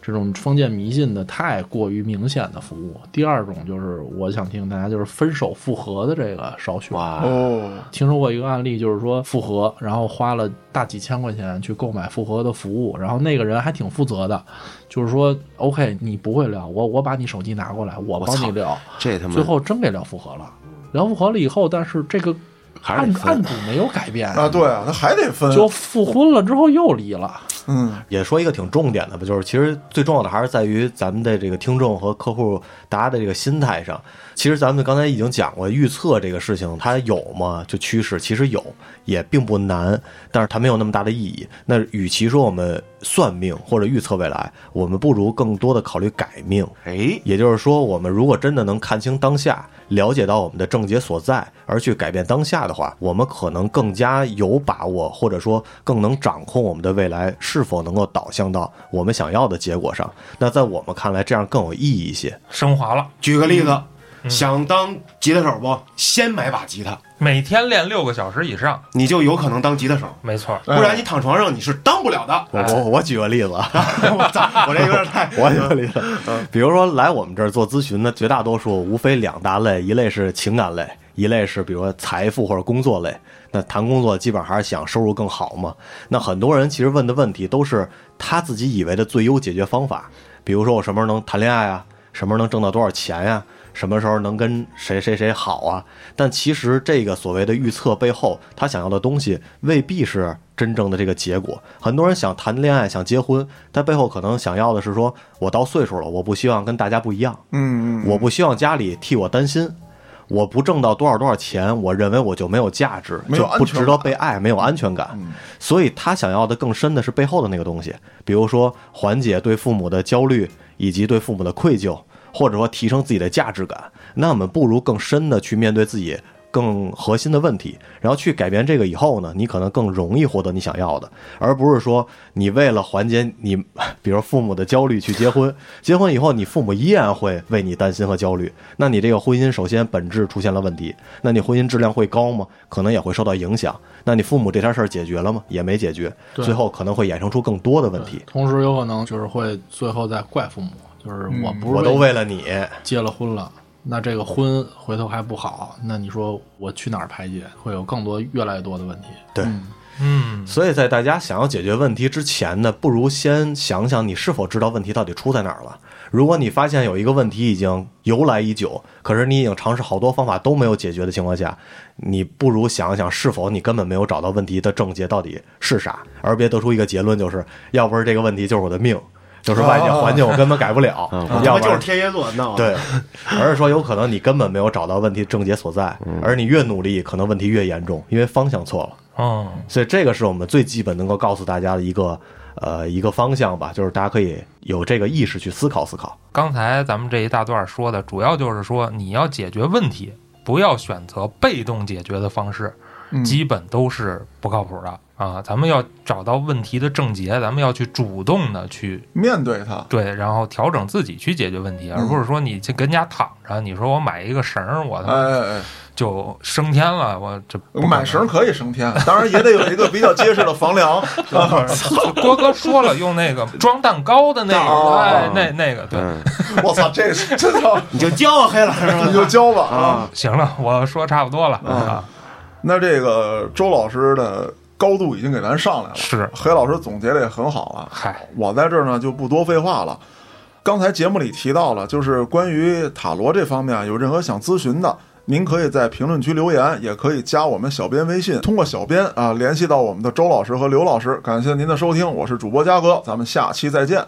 这种封建迷信的太过于明显的服务，第二种就是我想提醒大家，就是分手复合的这个少选。哇，哦，听说过一个案例，就是说复合，然后花了大几千块钱去购买复合的服务，然后那个人还挺负责的，就是说，OK，你不会聊，我我把你手机拿过来，我帮你聊，这他妈最后真给聊复合了，聊复合了以后，但是这个还是案得分案主没有改变，啊，对啊，他还得分，就复婚了之后又离了，嗯，也说一个挺重点的吧，就是其实最重要的还是在于咱们的这个听众和客户大家的这个心态上。其实咱们刚才已经讲过，预测这个事情它有吗？就趋势其实有，也并不难，但是它没有那么大的意义。那与其说我们算命或者预测未来，我们不如更多的考虑改命。哎，也就是说，我们如果真的能看清当下，了解到我们的症结所在，而去改变当下的话，我们可能更加有把握，或者说更能掌控我们的未来是否能够导向到我们想要的结果上。那在我们看来，这样更有意义一些。升华了，举个例子，想当吉他手不？先买把吉他，每天练六个小时以上，你就有可能当吉他手。没错儿。不哎然你躺床上你是当不了的。 我我我举个例子啊，我操，我这有点太我举个例子， 比如说来我们这儿做咨询的，绝大多数无非两大类，一类是情感类，一类是比如说财富或者工作类。那谈工作基本上还是想收入更好嘛。那很多人其实问的问题都是他自己以为的最优解决方法，比如说我什么时候能谈恋爱啊，什么时候能挣到多少钱呀、什么时候能跟谁谁谁好啊？但其实这个所谓的预测背后，他想要的东西未必是真正的这个结果。很多人想谈恋爱、想结婚，但背后可能想要的是说，我到岁数了，我不希望跟大家不一样，嗯，我不希望家里替我担心。我不挣到多少多少钱，我认为我就没有价值，没有就安不全值得感嗯被爱，没有安全感。所以他想要的更深的是背后的那个东西，比如说缓解对父母的焦虑以及对父母的愧疚，或者说提升自己的价值感。那我们不如更深的去面对自己更核心的问题，然后去改变这个以后呢，你可能更容易获得你想要的，而不是说你为了缓解你，比如父母的焦虑去结婚，结婚以后你父母依然会为你担心和焦虑，那你这个婚姻首先本质出现了问题，那你婚姻质量会高吗？可能也会受到影响。那你父母这件事儿解决了吗？也没解决，对最后可能会衍生出更多的问嗯题。同时有可能就是会最后再怪父母，就是我嗯不是我都为了你，结了婚了，那这个婚回头还不好，那你说我去哪儿排解？会有更多越来越多的问题。对。嗯，所以在大家想要解决问题之前呢，不如先想想你是否知道问题到底出在哪儿了。如果你发现有一个问题已经由来已久，可是你已经尝试好多方法都没有解决的情况下，你不如想想是否你根本没有找到问题的症结到底是啥，而别得出一个结论，就是要不是这个问题就是我的命， 就是外界环境我根本改不了，啊他妈要不就是然天蝎座闹的。对，而是说有可能你根本没有找到问题症结所在，而你越努力，可能问题越严重，因为方向错了。哦，所以这个是我们最基本能够告诉大家的一个呃一个方向吧，就是大家可以有这个意识去思考思考。刚才咱们这一大段说的，主要就是说你要解决问题，不要选择被动解决的方式，嗯基本都是不靠谱的啊。咱们要找到问题的症结，咱们要去主动的去面对它，对，然后调整自己去解决问题，嗯而不是说你去跟家躺着，你说我买一个绳儿，我哎他妈哎哎。就升天了，我这不可能买绳可以升天，啊当然也得有一个比较结实的 房梁。 郭哥说了，用那个装蛋糕的那个，哦哎，那那个对。嗯，我操，这是这操，你就教我黑老师 你就教吧啊！行了，我说差不多了嗯啊，那这个周老师的高度已经给咱上来了，是黑老师总结的也很好了。嗨，我在这儿呢就不多废话了。刚才节目里提到了，就是关于塔罗这方面啊有任何想咨询的，您可以在评论区留言，也可以加我们小编微信，通过小编啊联系到我们的周老师和刘老师。感谢您的收听，我是主播嘉哥，咱们下期再见。